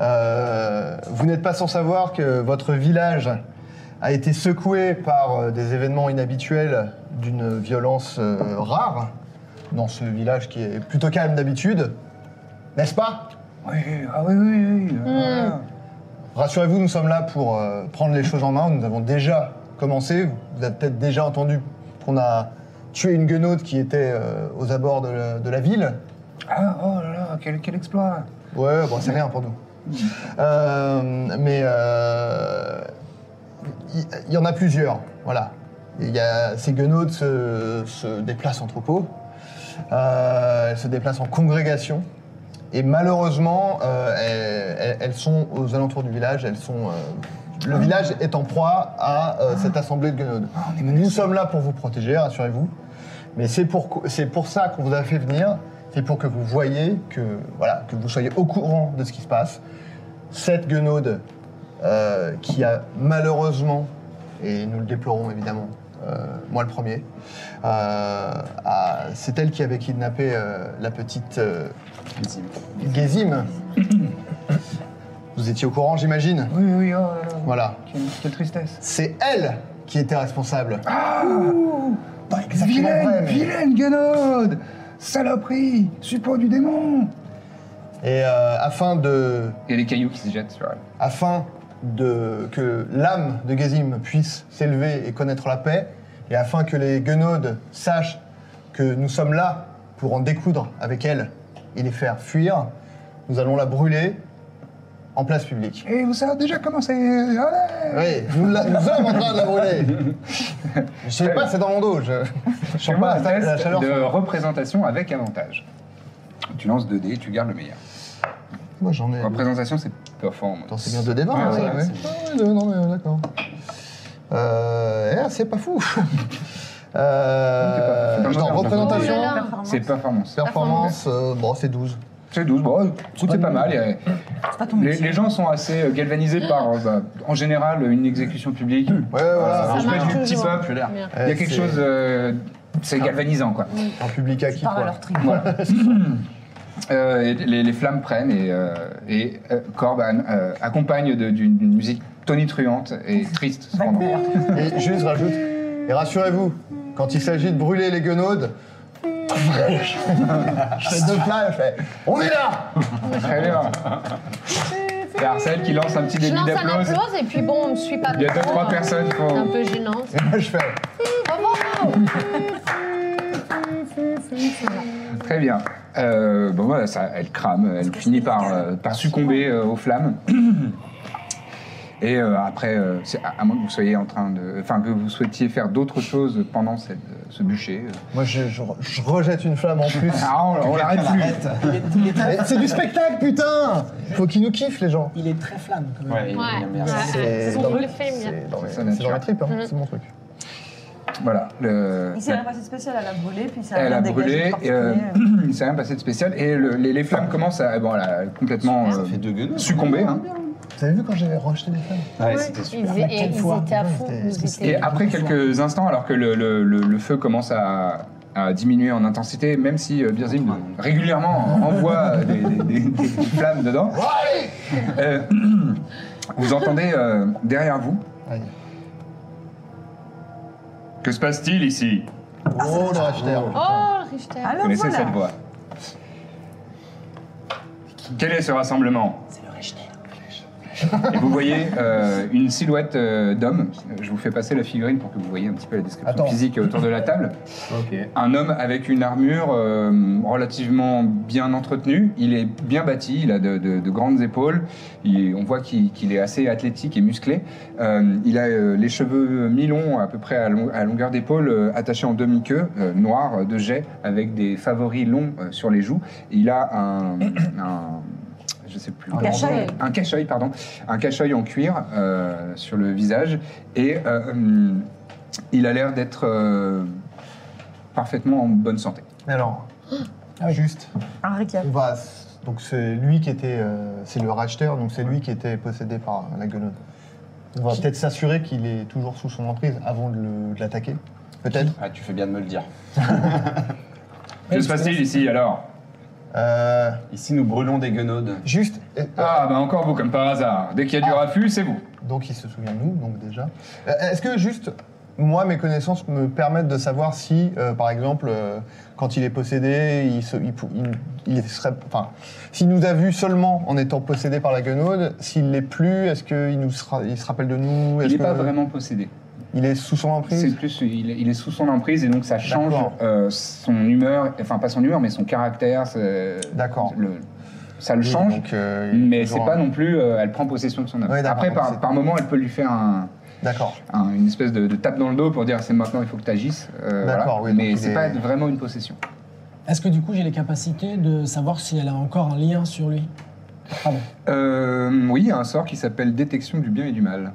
Speaker 2: Euh, vous n'êtes pas sans savoir que votre village a été secoué par euh, des événements inhabituels d'une violence euh, rare dans ce village qui est plutôt calme d'habitude, n'est-ce pas
Speaker 1: Oui, ah oui, oui, oui. euh, voilà.
Speaker 2: Rassurez-vous, nous sommes là pour euh, prendre les choses en main. Nous avons déjà commencé. Vous avez peut-être déjà entendu qu'on a tué une guenaude qui était euh, aux abords de la- de la ville.
Speaker 1: Ah, oh là là, quel, quel exploit
Speaker 2: Ouais, bon, c'est rien pour nous. Euh, mais euh, il il y, en a plusieurs, voilà. Il y a, ces guenaudes se, se déplacent en troupeau, euh, elles se déplacent en congrégation, et malheureusement, euh, elles, elles- elles sont aux alentours du village, elles sont... euh, le village est en proie à euh, cette assemblée de guenaudes. Nous sommes là pour vous protéger, rassurez-vous. Mais c'est pour, c'est pour ça qu'on vous a fait venir, c'est pour que vous voyez, que, voilà, que vous soyez au courant de ce qui se passe. Cette guenaude euh, qui a malheureusement, et nous le déplorons évidemment, euh, moi le premier, euh, a- c'est elle qui avait kidnappé euh, la petite euh, Gézim. Vous étiez au courant, j'imagine
Speaker 1: Oui, oui, oh là là.
Speaker 2: Voilà.
Speaker 1: Quelle, quelle tristesse. Ah.
Speaker 2: C'est elle qui était responsable. Pas exactement
Speaker 1: vilaine,
Speaker 2: vrai, mais-
Speaker 1: vilaine guenaude Saloperie Suppôt du démon
Speaker 2: Et euh, afin de
Speaker 1: Et les cailloux qui se jettent sur elle.
Speaker 2: afin de, que l'âme de Gazim puisse s'élever et connaître la paix, et afin que les guenaudes sachent que nous sommes là pour en découdre avec elle et les faire fuir, nous allons la brûler en place publique.
Speaker 1: Et vous savez déjà commencé Allez
Speaker 2: Oui, nous, la- nous sommes en train de la brûler. Je sais pas, c'est dans mon dos. Je, je sens
Speaker 1: Fais-moi
Speaker 2: pas
Speaker 1: un
Speaker 2: la, la
Speaker 1: test
Speaker 2: chaleur.
Speaker 1: de représentation avec avantage. Tu lances 2 dés, tu gardes le meilleur.
Speaker 2: (laughs) Moi j'en ai.
Speaker 1: Représentation, c'est performance.
Speaker 2: Attends, c'est bien 2 des 20
Speaker 1: Ouais,
Speaker 2: hein,
Speaker 1: ouais,
Speaker 2: ouais. Ah ouais, non, mais d'accord. Euh, eh, c'est pas fou. Euh,
Speaker 1: C'est pas fou.
Speaker 2: attends, représentation,
Speaker 6: Oh là là.
Speaker 1: C'est performance.
Speaker 2: performance, euh, bon, c'est 12.
Speaker 1: C'est 12, bon, écoute, c'est pas mal. et-
Speaker 5: pas ton
Speaker 1: les,
Speaker 5: métier.
Speaker 1: les gens sont assez euh, galvanisés par, euh, bah, en général, une exécution publique.
Speaker 2: Ouais, voilà.
Speaker 6: Ça
Speaker 1: Je
Speaker 6: marche
Speaker 1: du petit
Speaker 6: toujours.
Speaker 1: peuple, là.
Speaker 6: Merde.
Speaker 1: Il y a quelque
Speaker 2: c'est- Ah.
Speaker 1: chose. euh, c'est galvanisant, quoi.
Speaker 2: Un public acquis,
Speaker 5: Par à
Speaker 2: quoi.
Speaker 5: leur tribu.
Speaker 2: Hmm.
Speaker 1: Euh, et les, les flammes prennent et, euh, et euh, Corban euh, accompagne de- d'une d'une musique tonitruante
Speaker 5: Bah,
Speaker 1: et triste. cependant.
Speaker 2: Et juste rajoute, et rassurez-vous, quand il s'agit de brûler les guenaudes, je fais deux plats, je fais, on est là
Speaker 1: Très bien. C'est Arcel qui lance un petit
Speaker 6: Je
Speaker 1: début
Speaker 6: lance un
Speaker 1: d'applause.
Speaker 6: applause et puis bon, on ne suit pas
Speaker 1: Il y a deux,
Speaker 6: trop,
Speaker 1: trois
Speaker 6: hein.
Speaker 1: personnes qui
Speaker 6: C'est un
Speaker 1: font.
Speaker 6: peu gênant.
Speaker 2: Et
Speaker 1: (laughs)
Speaker 2: moi je fais,
Speaker 6: Bravo
Speaker 1: Très bien. Euh, bon, voilà, ça, elle crame, elle finit par, euh, par succomber euh, aux flammes. Et euh, après, euh, c'est- à, à moins que vous soyez en train de. Enfin, que vous souhaitiez faire d'autres choses pendant cette- ce bûcher. euh.
Speaker 2: moi je, je- je rejette une flamme en plus.
Speaker 1: Ah, on, on l'arrête plus.
Speaker 3: Il est, il est très,
Speaker 2: Mais C'est du spectacle, putain Faut qu'ils nous kiffent, les gens.
Speaker 3: il est très flamme quand même.
Speaker 4: Ouais, il
Speaker 6: Ouais,
Speaker 4: aime bien
Speaker 6: ouais,
Speaker 4: ça.
Speaker 6: ouais.
Speaker 2: C'est
Speaker 6: C'est
Speaker 2: dans-
Speaker 6: son le film. bien.
Speaker 2: C'est dans
Speaker 1: C'est
Speaker 2: mes,
Speaker 1: sa
Speaker 2: c'est dans mes
Speaker 1: nature.
Speaker 2: tripes, hein.
Speaker 6: Mm-hmm.
Speaker 2: c'est mon truc.
Speaker 1: Voilà. le-
Speaker 5: Il s'est rien passé de spécial, elle a brûlé, puis ça
Speaker 1: Elle
Speaker 5: rien
Speaker 1: a
Speaker 5: dégagé de
Speaker 1: brûlé, et, euh,
Speaker 5: particulier.
Speaker 1: (clears throat) il ne s'est rien passé de spécial, et le- les, les flammes commencent à bon, elle a complètement euh,
Speaker 4: fait deux guenaudes.
Speaker 1: succomber. hein.
Speaker 2: Vous avez vu quand j'avais rejeté des flammes
Speaker 4: Ouais, c'était
Speaker 6: Ils,
Speaker 4: super.
Speaker 6: étaient- ils
Speaker 3: fois
Speaker 6: étaient à fond.
Speaker 2: C'était-
Speaker 6: Ils
Speaker 1: Et
Speaker 6: étaient...
Speaker 1: après quelques instants, alors que le, le- le- le feu commence à, à diminuer en intensité, même si euh, Birzim de- régulièrement envoie euh, des, des- des- des flammes dedans, euh, (clears throat) vous entendez euh, derrière vous.
Speaker 2: Aïe.
Speaker 1: Que se passe-t-il ici
Speaker 2: Oh, le racheteur.
Speaker 6: Oh, le Richter
Speaker 1: Vous
Speaker 5: Alors
Speaker 1: connaissez
Speaker 5: voilà.
Speaker 1: cette voix. Quel est ce rassemblement C'est le Richter. Et vous voyez euh, une silhouette euh, d'homme. Je vous fais passer la figurine pour que vous voyez un petit peu la description
Speaker 2: Attends.
Speaker 1: physique autour de la table.
Speaker 7: Ok.
Speaker 1: Un homme avec une armure euh, relativement bien entretenue. Il est bien bâti, il a de, de- de grandes épaules. Il- on voit qu'il qu'il est assez athlétique et musclé. Euh, il a euh, les cheveux mi-longs, à peu près à, long- à longueur d'épaule, euh, attachés en demi-queue, euh, noirs, euh, de jet, avec des favoris longs euh, sur les joues. Il a un. un- je sais plus. comment-
Speaker 5: cache-œil.
Speaker 1: Un cache-œil, pardon. Un cache-œil en cuir euh, sur le visage. Et euh, hum, il a l'air d'être. euh, parfaitement en bonne santé.
Speaker 2: Mais alors, juste,
Speaker 5: Ah Un récap.
Speaker 2: on va. Donc c'est lui qui était, euh, c'est le racheteur, donc c'est lui qui était possédé par la guenaude. On va peut-être s'assurer qu'il est toujours sous son emprise avant de le- de l'attaquer. Peut-être. (laughs)
Speaker 4: Ah, tu fais bien de me le dire.
Speaker 1: Que se passe-t-il ici alors
Speaker 2: Euh,
Speaker 4: Ici, nous brûlons des guenaudes.
Speaker 2: juste. Ah. euh,
Speaker 1: Ah, bah encore vous, comme par hasard. Dès qu'il y a du raffut, c'est vous.
Speaker 2: Donc il se souvient de nous, donc déjà. Euh, Est-ce que juste, moi, mes connaissances me permettent de savoir si, euh, par exemple, euh, quand il est possédé, il, se, il pou- il- il serait... Enfin, s'il nous a vus seulement en étant possédé par la guenaude, s'il l'est plus, est-ce qu'il nous se ra- il se rappelle de nous
Speaker 1: Il
Speaker 2: Est-ce
Speaker 1: n'est
Speaker 2: que
Speaker 1: pas vraiment possédé.
Speaker 2: Il est sous son
Speaker 1: C'est
Speaker 2: emprise
Speaker 1: plus, il, est- il est sous son emprise et donc ça change
Speaker 2: D'accord.
Speaker 1: euh, son humeur, enfin pas son humeur, mais son caractère. c'est-
Speaker 2: D'accord.
Speaker 1: le- ça le
Speaker 2: Oui,
Speaker 1: change,
Speaker 2: donc, euh, il est
Speaker 1: mais
Speaker 2: toujours
Speaker 1: c'est pas
Speaker 2: un-
Speaker 1: non plus. euh, elle prend possession de son âme.
Speaker 2: Ouais, d'accord,
Speaker 1: Après,
Speaker 2: donc
Speaker 1: par,
Speaker 2: c'est-
Speaker 1: par moment, elle peut lui faire un-
Speaker 2: D'accord.
Speaker 1: un- une espèce de, de tape dans le dos pour dire c'est maintenant, il faut que tu agisses. euh,
Speaker 2: D'accord,
Speaker 1: voilà.
Speaker 2: oui, donc
Speaker 1: mais
Speaker 2: il
Speaker 1: c'est
Speaker 2: est-
Speaker 1: pas vraiment une possession.
Speaker 3: Est-ce que du coup j'ai les capacités de savoir si elle a encore un lien sur lui Pardon.
Speaker 1: Euh, oui, il y a un sort qui s'appelle détection du bien et du mal.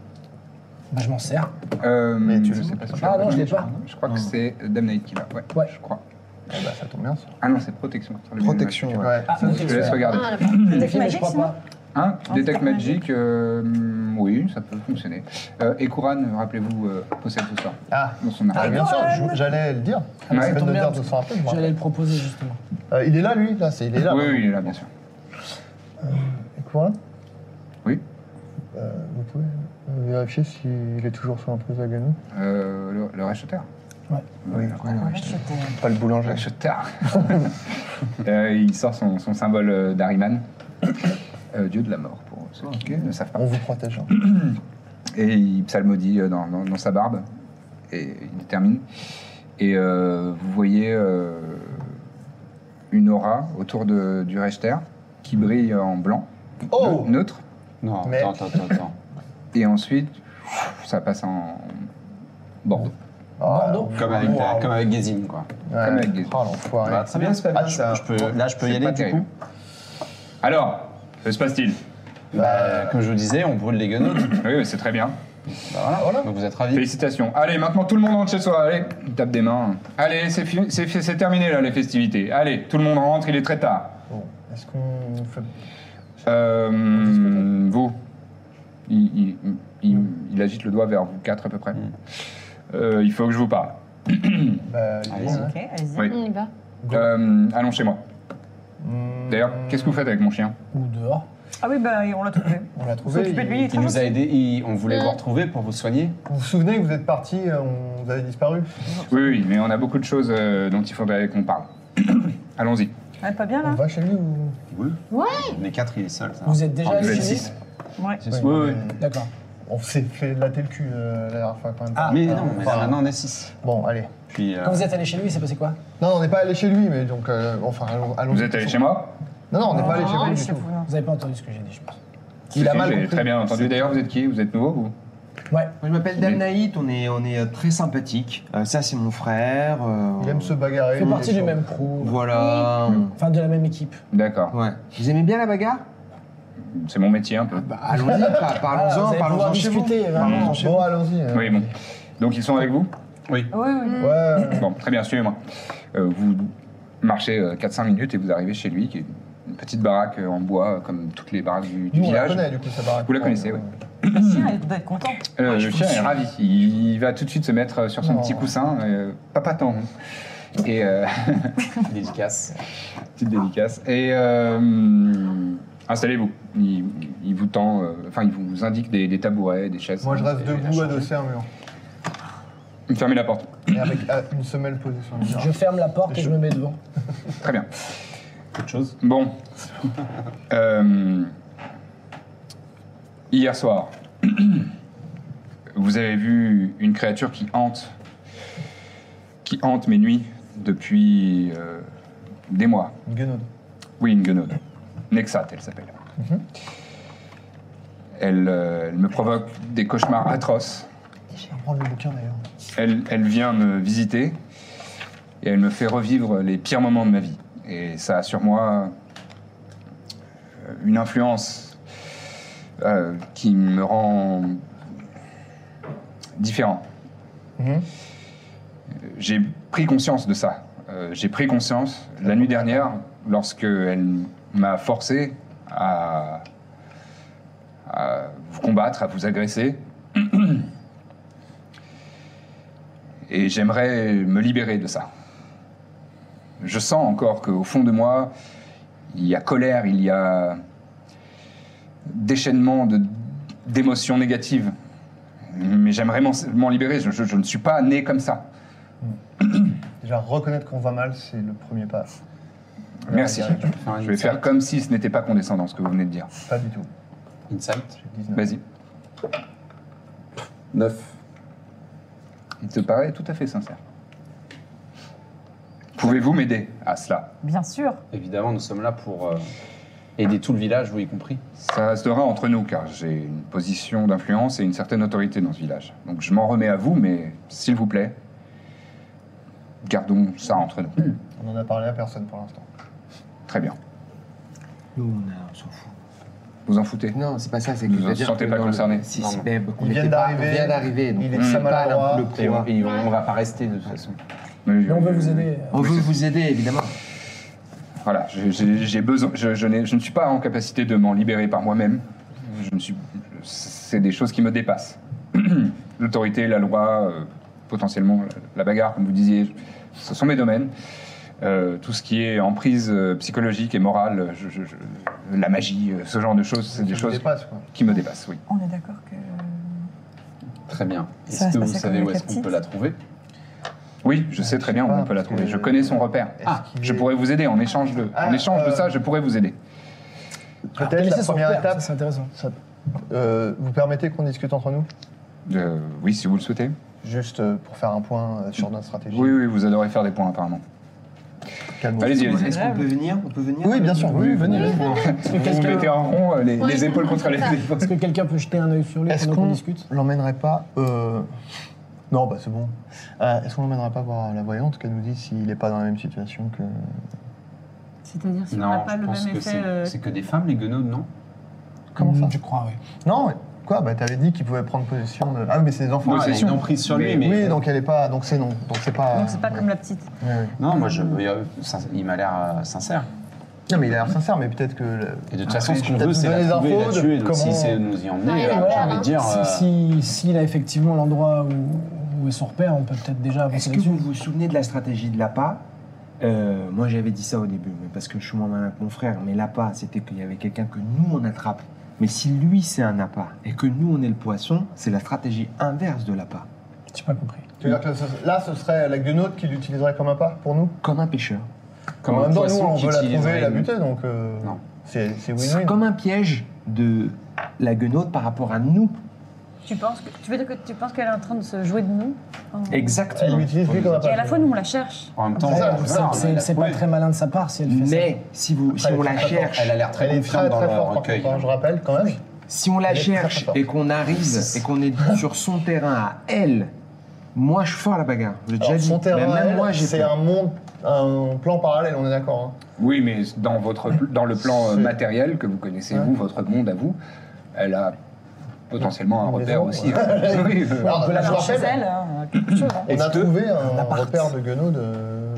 Speaker 3: Bah, je m'en sers.
Speaker 1: Euh,
Speaker 2: Mais tu-
Speaker 1: je sais pas si tu
Speaker 3: Ah,
Speaker 1: l'as
Speaker 3: non, je l'ai
Speaker 1: reconnu,
Speaker 3: pas.
Speaker 1: Je crois
Speaker 3: Non.
Speaker 1: que c'est Damnate qui l'a. Ouais,
Speaker 3: Ouais.
Speaker 1: je crois.
Speaker 2: Eh ben, ça tombe bien, ça.
Speaker 1: Ah non, c'est protection.
Speaker 9: Protection, ouais.
Speaker 2: Ouais.
Speaker 3: Ah,
Speaker 1: Je te laisse regarder.
Speaker 6: Ah, la
Speaker 3: (coughs) Détective, mais je
Speaker 5: magique,
Speaker 3: crois
Speaker 5: sinon
Speaker 3: pas.
Speaker 1: Hein,
Speaker 5: En
Speaker 1: Détect
Speaker 5: détecte
Speaker 1: Magic, euh, mm, oui, ça peut fonctionner. Euh, et Kuran, rappelez-vous, euh, possède ce sort
Speaker 2: Ah,
Speaker 1: dans son
Speaker 2: Ah,
Speaker 1: arme.
Speaker 2: bien sûr, je- j'allais le dire.
Speaker 3: Ah,
Speaker 1: Ouais.
Speaker 3: ça
Speaker 2: C'est bonne
Speaker 3: tombe
Speaker 2: de
Speaker 3: bien,
Speaker 2: dire de s'en rappeler, je m'en
Speaker 3: J'allais le proposer justement.
Speaker 2: rappelle. Euh, il est là, lui là, c'est- Il est là.
Speaker 1: oui, oui, il est là, bien sûr.
Speaker 2: Euh. Quoi
Speaker 1: Oui.
Speaker 2: Euh, vous pouvez euh, vérifier s'il est toujours sous l'emprise de la guenouille
Speaker 1: Euh, le, le racheteur
Speaker 3: Ouais.
Speaker 1: Oui, oui, le racheteur.
Speaker 2: Pas le boulanger.
Speaker 1: Le racheteur. (laughs) Euh, il sort son, son symbole euh, d'Ariman, (coughs) Euh, dieu de la mort, pour ceux qui ne savent pas.
Speaker 2: On vous protège. hein.
Speaker 1: Et il psalmodie euh, dans, dans- dans sa barbe. Et il termine. Et euh, vous voyez euh, une aura autour de- du Rechter qui brille en blanc,
Speaker 2: Oh
Speaker 1: neu- neutre.
Speaker 4: Non,
Speaker 2: Mais-
Speaker 4: attends, attends, attends, attends.
Speaker 1: Et ensuite, ça passe en Bordeaux.
Speaker 2: Ah,
Speaker 3: Bordeaux.
Speaker 4: Comme avec, ta- comme avec Gazim, quoi.
Speaker 2: ouais.
Speaker 1: Comme avec des-
Speaker 2: Oh, l'enfoiré.
Speaker 4: Bah,
Speaker 7: Ah, bien, c'est pas
Speaker 2: Ah,
Speaker 7: mal,
Speaker 2: tu-
Speaker 7: ça.
Speaker 4: Je peux- là, je peux
Speaker 1: C'est
Speaker 4: y aller,
Speaker 1: pas
Speaker 4: du
Speaker 1: terrible.
Speaker 4: coup (coughs)
Speaker 1: Alors, que se passe-t-il
Speaker 4: Bah, Comme je vous disais, on brûle les guenaudes.
Speaker 1: (clears throat) Oui, oui, c'est très bien.
Speaker 4: Bah, voilà. Donc vous êtes ravis.
Speaker 1: Félicitations. Allez, maintenant tout le monde rentre chez soi. Allez, il tape des mains. Allez, c'est fini- c'est fi- c'est terminé là les festivités. Allez, tout le monde rentre, il est très tard.
Speaker 2: (coughs) Bon, Est-ce qu'on fait...
Speaker 1: Euh, vous. Il, il- il- il agite le doigt vers vous quatre à peu près. Euh, il faut que je vous parle.
Speaker 2: Bah,
Speaker 4: Allez-y.
Speaker 2: ouais.
Speaker 5: Ok, allez-y.
Speaker 1: Oui.
Speaker 6: On y va.
Speaker 1: Euh, allons chez moi.
Speaker 2: Hmm,
Speaker 1: D'ailleurs, qu'est-ce que vous faites avec mon chien
Speaker 3: Ou dehors.
Speaker 5: Ah oui, bah, on l'a trouvé.
Speaker 2: On l'a
Speaker 5: On
Speaker 2: trouvé.
Speaker 5: s'occupe de lui, il est
Speaker 4: Il
Speaker 5: très
Speaker 4: nous a
Speaker 5: gentil.
Speaker 4: aidés, il- on voulait vous retrouver pour vous soigner.
Speaker 2: Vous vous souvenez que vous êtes parti, euh, on vous avait disparu
Speaker 1: Oui, oui, mais on a beaucoup de choses euh, dont il faudrait qu'on parle. (coughs) Allons-y.
Speaker 5: Ouais, pas bien
Speaker 2: On
Speaker 5: là
Speaker 2: va chez lui ou...
Speaker 4: Oui.
Speaker 6: Ouais.
Speaker 4: Les quatre, il est
Speaker 1: Ah,
Speaker 4: seul. ça.
Speaker 3: Vous êtes déjà
Speaker 4: Enfin,
Speaker 3: allé
Speaker 1: Vous êtes
Speaker 3: chez lui
Speaker 1: six.
Speaker 5: Ouais.
Speaker 4: C'est sûr.
Speaker 2: mais
Speaker 3: D'accord.
Speaker 2: On s'est fait latter le cul euh, la dernière fois quand même.
Speaker 3: Ah.
Speaker 4: Mais non, mais
Speaker 2: Enfin,
Speaker 4: là, maintenant on est six.
Speaker 2: Bon, allez.
Speaker 4: Puis, euh,
Speaker 3: Quand vous êtes allé chez lui, c'est passé quoi
Speaker 2: Non, on n'est pas allé chez lui, mais donc... euh, enfin, allons- allons
Speaker 1: Vous êtes allé chez moi
Speaker 2: Non, non, on n'est pas allé
Speaker 5: Non,
Speaker 2: chez lui du
Speaker 5: chez
Speaker 2: tout.
Speaker 5: vous, non.
Speaker 3: Vous avez pas entendu ce que j'ai dit, je pense.
Speaker 2: Il a
Speaker 1: Si,
Speaker 2: mal
Speaker 1: j'ai
Speaker 2: compris.
Speaker 1: Très bien entendu. D'ailleurs, vous êtes qui Vous êtes nouveau vous
Speaker 3: Ouais.
Speaker 7: Moi, je m'appelle
Speaker 1: Mm.
Speaker 7: Damnaït, on est, on est euh, très sympathique. Euh, ça, c'est mon frère. euh,
Speaker 2: Il aime se bagarrer.
Speaker 3: Fait
Speaker 2: il est
Speaker 3: partie du
Speaker 2: chaud.
Speaker 3: même crew.
Speaker 7: Voilà. Mm.
Speaker 3: Enfin, de la même équipe.
Speaker 1: D'accord.
Speaker 7: Ouais. Vous aimez bien la bagarre
Speaker 1: C'est mon métier un peu.
Speaker 7: Bah,
Speaker 1: (laughs)
Speaker 7: allons-y, pa-
Speaker 3: Ah, vous
Speaker 7: parlons-en,
Speaker 3: allez pouvoir
Speaker 7: parlons-en chez vous.
Speaker 3: discuter, hein, vraiment.
Speaker 7: Parlons-en chez
Speaker 2: Bon,
Speaker 7: vous.
Speaker 2: allons-y. euh.
Speaker 1: Oui, bon. Donc ils sont avec vous
Speaker 5: Oui, oui.
Speaker 2: Ouais, euh,
Speaker 1: Bon, très bien, suivez-moi. Euh, vous marchez euh, 4-5 minutes et vous arrivez chez lui, qui est une petite baraque euh, en bois, euh, comme toutes les baraques du, du
Speaker 2: Nous, on la
Speaker 1: village.
Speaker 2: connaît, du coup, sa baraque.
Speaker 1: Vous la connaissez, oui.
Speaker 5: Le chien, il doit être content. Ah,
Speaker 1: Euh, le chien est ravi. Il, il va tout de suite se mettre euh, sur son
Speaker 2: Oh.
Speaker 1: petit coussin, euh, papa tant. Et euh, (laughs)
Speaker 4: dédicace.
Speaker 1: petite dédicace. Et euh, installez-vous. Il, il vous tend, euh, enfin, il vous indique des, des tabourets, des chaises.
Speaker 2: Moi, je reste
Speaker 1: Et-
Speaker 2: debout, adossé à un mur.
Speaker 1: Fermez la porte.
Speaker 2: Et avec euh, une semelle posée sur le mur.
Speaker 3: Je ferme la porte et je me mets devant.
Speaker 1: Très bien.
Speaker 4: Autre chose
Speaker 1: Bon. Euh, hier soir, vous avez vu une créature qui hante, qui hante mes nuits depuis euh, des mois.
Speaker 2: Une guenaude.
Speaker 1: Oui, une guenaude. Nexat, elle s'appelle.
Speaker 3: Mhm.
Speaker 1: elle, euh, elle me provoque des cauchemars atroces.
Speaker 2: Je vais prendre le bouquin d'ailleurs.
Speaker 1: Elle, elle vient me visiter et elle me fait revivre les pires moments de ma vie. Et ça a sur moi euh, une influence euh, qui me rend différent.
Speaker 2: Mhm.
Speaker 1: J'ai pris conscience de ça. Euh, J'ai pris conscience la nuit dernière lorsque elle m'a forcé à, à vous combattre, à vous agresser. Et j'aimerais me libérer de ça. Je sens encore qu'au fond de moi, il y a colère, il y a déchaînement de- d'émotions négatives. Mais j'aimerais m'en m'en libérer, je, je- je ne suis pas né comme ça.
Speaker 2: Déjà, reconnaître qu'on va mal, c'est le premier pas.
Speaker 1: Merci.
Speaker 2: Là, il y
Speaker 1: Je vais faire comme si ce n'était pas condescendant, ce que vous venez de dire.
Speaker 2: a- Pas du tout.
Speaker 4: Insight.
Speaker 2: J'ai 19.
Speaker 1: Vas-y.
Speaker 4: 9.
Speaker 1: Il te paraît tout à fait sincère. Pouvez-vous m'aider à cela
Speaker 5: (coughs)
Speaker 1: (coughs)
Speaker 5: Bien sûr.
Speaker 4: Évidemment, nous sommes là pour euh, aider tout le village, vous y compris.
Speaker 1: Ça restera entre nous, car j'ai une position d'influence et une certaine autorité dans ce village. Donc je m'en remets à vous, mais s'il vous plaît, gardons ça entre nous.
Speaker 9: Hmm.
Speaker 2: On en a parlé à personne pour l'instant.
Speaker 1: Très bien.
Speaker 7: Nous, on, a- on s'en fout.
Speaker 1: Vous en foutez
Speaker 9: Non, c'est pas ça, c'est
Speaker 1: Vous
Speaker 9: que
Speaker 1: vous
Speaker 9: c'est-à-dire
Speaker 1: sentez
Speaker 9: que
Speaker 1: pas
Speaker 9: dans le-
Speaker 1: concerné
Speaker 9: Si,
Speaker 4: Non,
Speaker 9: si,
Speaker 4: non.
Speaker 9: babe, on
Speaker 2: Il vient
Speaker 9: était pas- on
Speaker 2: d'arriver,
Speaker 9: vient d'arriver, donc
Speaker 2: il est
Speaker 9: on n'est pas
Speaker 2: très maladroit,
Speaker 9: le
Speaker 4: Et
Speaker 9: proie.
Speaker 4: on, et on va pas rester de toute façon.
Speaker 3: Mais on veut vous aider. euh,
Speaker 9: On veut vous aider, évidemment.
Speaker 1: Voilà, j'ai- j'ai j'ai besoin. Je, je n'ai- je ne suis pas en capacité de m'en libérer par moi-même. Je ne suis. C'est des choses qui me dépassent. L'autorité, la loi, euh, potentiellement la- la bagarre, comme vous disiez, ce sont mes domaines. Euh, tout ce qui est emprise euh, psychologique et morale, je- je- je- la magie, euh, ce genre de choses, c'est des
Speaker 2: Ça
Speaker 1: choses
Speaker 2: dépasse, quoi.
Speaker 1: qui me dépassent, oui.
Speaker 5: On est d'accord que.
Speaker 4: Très bien.
Speaker 5: Ça va
Speaker 4: Est-ce
Speaker 5: se
Speaker 4: que vous
Speaker 5: passer
Speaker 4: savez
Speaker 5: comme
Speaker 4: où
Speaker 5: la
Speaker 4: est-ce qu'on
Speaker 5: petite.
Speaker 4: peut la trouver
Speaker 1: Oui, je sais très bien où
Speaker 2: pas,
Speaker 1: on peut la
Speaker 2: parce
Speaker 1: trouver.
Speaker 2: que-
Speaker 1: Je connais son repère.
Speaker 2: Est-ce
Speaker 1: Ah,
Speaker 2: qu'il
Speaker 1: je
Speaker 2: est-
Speaker 1: pourrais vous aider. En échange de, en
Speaker 2: Ah,
Speaker 1: échange de
Speaker 2: euh,
Speaker 1: ça, je pourrais vous aider.
Speaker 3: Alors,
Speaker 2: Peut-être
Speaker 3: quel
Speaker 2: la
Speaker 3: est son
Speaker 2: première
Speaker 3: repère
Speaker 2: étape.
Speaker 3: Ça, C'est intéressant.
Speaker 2: Ça- euh, vous permettez qu'on discute entre nous
Speaker 1: Euh, oui, si vous le souhaitez.
Speaker 2: Juste euh, pour faire un point euh, sur notre stratégie.
Speaker 1: Oui, oui, vous adorez faire des points apparemment.
Speaker 2: Calme-toi.
Speaker 1: Allez-y, allez-y.
Speaker 7: Est-ce qu'on peut venir On peut venir
Speaker 2: Oui, bien sûr, oui,
Speaker 1: (laughs)
Speaker 2: venez.
Speaker 3: Est-ce
Speaker 1: Vous
Speaker 3: que
Speaker 1: vous mettez
Speaker 3: quelqu'un
Speaker 1: en rond, euh, les, les épaules
Speaker 5: (laughs)
Speaker 1: contre les épaules.
Speaker 3: est-ce que quelqu'un peut jeter un œil sur lui
Speaker 2: Est-ce
Speaker 3: pendant qu'on
Speaker 2: qu'on-
Speaker 3: discute
Speaker 2: L'emmènerait pas euh, Non, bah c'est bon. Euh, Est-ce qu'on l'emmènerait pas voir la voyante qu'elle nous dit s'il n'est pas dans la même situation que.
Speaker 5: C'est-à-dire si on n'a
Speaker 4: Non,
Speaker 5: pas
Speaker 4: je
Speaker 5: le
Speaker 4: pense
Speaker 5: même
Speaker 4: que
Speaker 5: effet.
Speaker 4: c'est
Speaker 5: euh,
Speaker 4: c'est que des femmes, les guenaudes, non
Speaker 2: Comment ça
Speaker 3: Je crois, oui.
Speaker 2: Non, mais quoi Bah t'avais dit qu'il pouvait prendre possession de. Ah, mais c'est des enfants.
Speaker 4: Non,
Speaker 2: Ah,
Speaker 4: elle a
Speaker 2: donc-
Speaker 4: une emprise sur lui, mais.
Speaker 2: Oui, donc elle est pas. Donc c'est non. Donc c'est pas.
Speaker 5: Donc c'est pas comme la petite.
Speaker 2: Oui, oui.
Speaker 4: Non, moi, je, euh, sin- il m'a l'air euh, sincère.
Speaker 2: Non, mais il a l'air sincère, mais peut-être que. le-
Speaker 4: Et de toute façon,
Speaker 2: Après,
Speaker 4: ce qu'on
Speaker 2: peut-être
Speaker 4: veut, c'est
Speaker 2: donner
Speaker 4: la
Speaker 2: des
Speaker 4: trouver, la
Speaker 2: infos de
Speaker 4: tuer. Donc,
Speaker 2: comment-
Speaker 4: si c'est nous y
Speaker 6: Ouais,
Speaker 4: emmener, euh,
Speaker 6: voilà.
Speaker 4: j'ai envie de dire.
Speaker 3: Si-
Speaker 4: euh,
Speaker 3: si- S'il a effectivement l'endroit où, où est son repère, on peut peut-être déjà avancer
Speaker 7: Est-ce que
Speaker 3: là-dessus.
Speaker 7: vous vous souvenez de la stratégie de l'appât Euh, Moi, j'avais dit ça au début, mais parce que je suis moins malin que mon frère. Mais l'appât, c'était qu'il y avait quelqu'un que nous, on attrape. Mais si lui, c'est un appât et que nous, on est le poisson, c'est la stratégie inverse de l'appât.
Speaker 3: J'ai pas compris.
Speaker 2: Tu veux dire que ce- là, ce serait la guenote qui l'utiliserait comme un pas pour nous
Speaker 7: Comme un pêcheur.
Speaker 4: comme
Speaker 2: En
Speaker 4: un
Speaker 2: même temps, nous,
Speaker 4: poisson
Speaker 2: on
Speaker 4: qui
Speaker 2: veut la
Speaker 4: utiliserait
Speaker 2: trouver et la
Speaker 4: une-
Speaker 2: buter, donc. euh,
Speaker 4: Non.
Speaker 2: C'est c'est
Speaker 7: C'est
Speaker 2: win-win.
Speaker 7: comme un piège de la guenaude par rapport à nous.
Speaker 5: Tu penses que tu veux dire que tu penses qu'elle est en train de se jouer de nous en-
Speaker 2: Elle
Speaker 7: Exactement.
Speaker 2: l'utilise lui comme un
Speaker 5: Et
Speaker 2: pas.
Speaker 5: à la fois nous on la cherche.
Speaker 4: En même temps,
Speaker 2: C'est ça,
Speaker 4: on-
Speaker 3: C'est-
Speaker 4: voilà, on
Speaker 3: c'est-
Speaker 4: l'a
Speaker 3: C'est pas
Speaker 4: trouvé.
Speaker 3: très malin de sa part si elle fait ça.
Speaker 7: Mais si, vous, si
Speaker 2: Après,
Speaker 7: on la
Speaker 2: elle est très
Speaker 7: cherche,
Speaker 4: Elle a l'air très
Speaker 2: Elle est
Speaker 4: confiante
Speaker 2: très
Speaker 4: dans
Speaker 2: très
Speaker 4: le
Speaker 2: forte, par
Speaker 4: recueil.
Speaker 2: contre, hein, je rappelle quand même.
Speaker 7: si on la
Speaker 2: Elle est très, très
Speaker 7: cherche
Speaker 2: forte.
Speaker 7: et qu'on arrive et qu'on est
Speaker 2: (laughs)
Speaker 7: sur son terrain à elle, moi je suis fort à la bagarre. Je l'ai déjà
Speaker 2: Alors,
Speaker 7: dit.
Speaker 2: son terrain,
Speaker 7: Mais même
Speaker 2: elle,
Speaker 7: moi j'ai
Speaker 2: c'est
Speaker 7: peur.
Speaker 2: un monde, un plan parallèle, on est d'accord. hein.
Speaker 1: Oui, mais dans, votre, pl- dans le plan euh,
Speaker 2: C'est-
Speaker 1: matériel que vous connaissez,
Speaker 2: Ouais.
Speaker 1: vous, votre monde à vous, elle a potentiellement un
Speaker 2: Une
Speaker 1: repère
Speaker 2: maison,
Speaker 1: aussi. (laughs) oui, euh,
Speaker 2: Alors,
Speaker 5: On la
Speaker 2: je
Speaker 5: cherche chez
Speaker 2: rappelle,
Speaker 5: elle. hein, quelque chose, hein.
Speaker 2: On a trouvé un,
Speaker 7: appart.
Speaker 2: repère de guenaude. euh,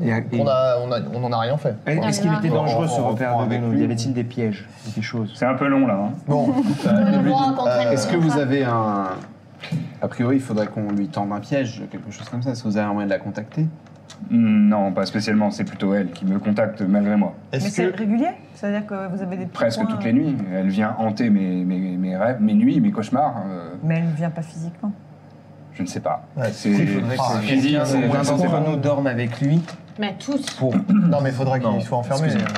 Speaker 7: Il y a-
Speaker 2: qu'on a- On, a, on en a rien fait.
Speaker 5: Ah,
Speaker 7: Est- Est-ce qu'il était dangereux ce
Speaker 4: On
Speaker 7: repère
Speaker 4: reprend
Speaker 7: de
Speaker 4: avec
Speaker 7: Benoît
Speaker 4: lui.
Speaker 7: Y avait-il des pièges Des choses
Speaker 1: C'est un peu long là. hein.
Speaker 2: Bon,
Speaker 6: On
Speaker 7: (laughs)
Speaker 6: le voit
Speaker 7: Euh,
Speaker 6: quand elle-
Speaker 4: Euh, Est-ce que vous avez un. A priori, il faudrait qu'on lui tende un piège, quelque chose comme ça. Est-ce que vous avez un moyen de la contacter
Speaker 1: Hmm, Non, pas spécialement, c'est plutôt elle qui me contacte malgré moi.
Speaker 5: Mais
Speaker 2: est-ce
Speaker 5: c'est
Speaker 2: que.
Speaker 5: régulier C'est-à-dire que vous avez des petits
Speaker 1: Presque
Speaker 5: points,
Speaker 1: toutes les nuits. Elle vient hanter mes, mes, mes rêves, mes nuits, mes cauchemars. euh,
Speaker 5: Mais elle ne vient pas physiquement.
Speaker 1: je ne sais pas.
Speaker 2: Ouais,
Speaker 1: c'est
Speaker 2: il faudrait que-
Speaker 1: c'est physique,
Speaker 7: Quelqu'un
Speaker 1: c'est-
Speaker 7: ou
Speaker 1: je
Speaker 7: un
Speaker 1: ne sais
Speaker 7: d'entre
Speaker 1: pas.
Speaker 7: nous dorme avec lui.
Speaker 6: Mais tous.
Speaker 7: (coughs) Pour...
Speaker 2: Non, mais il faudrait
Speaker 1: Non,
Speaker 2: qu'il soit enfermé.
Speaker 1: excusez-moi.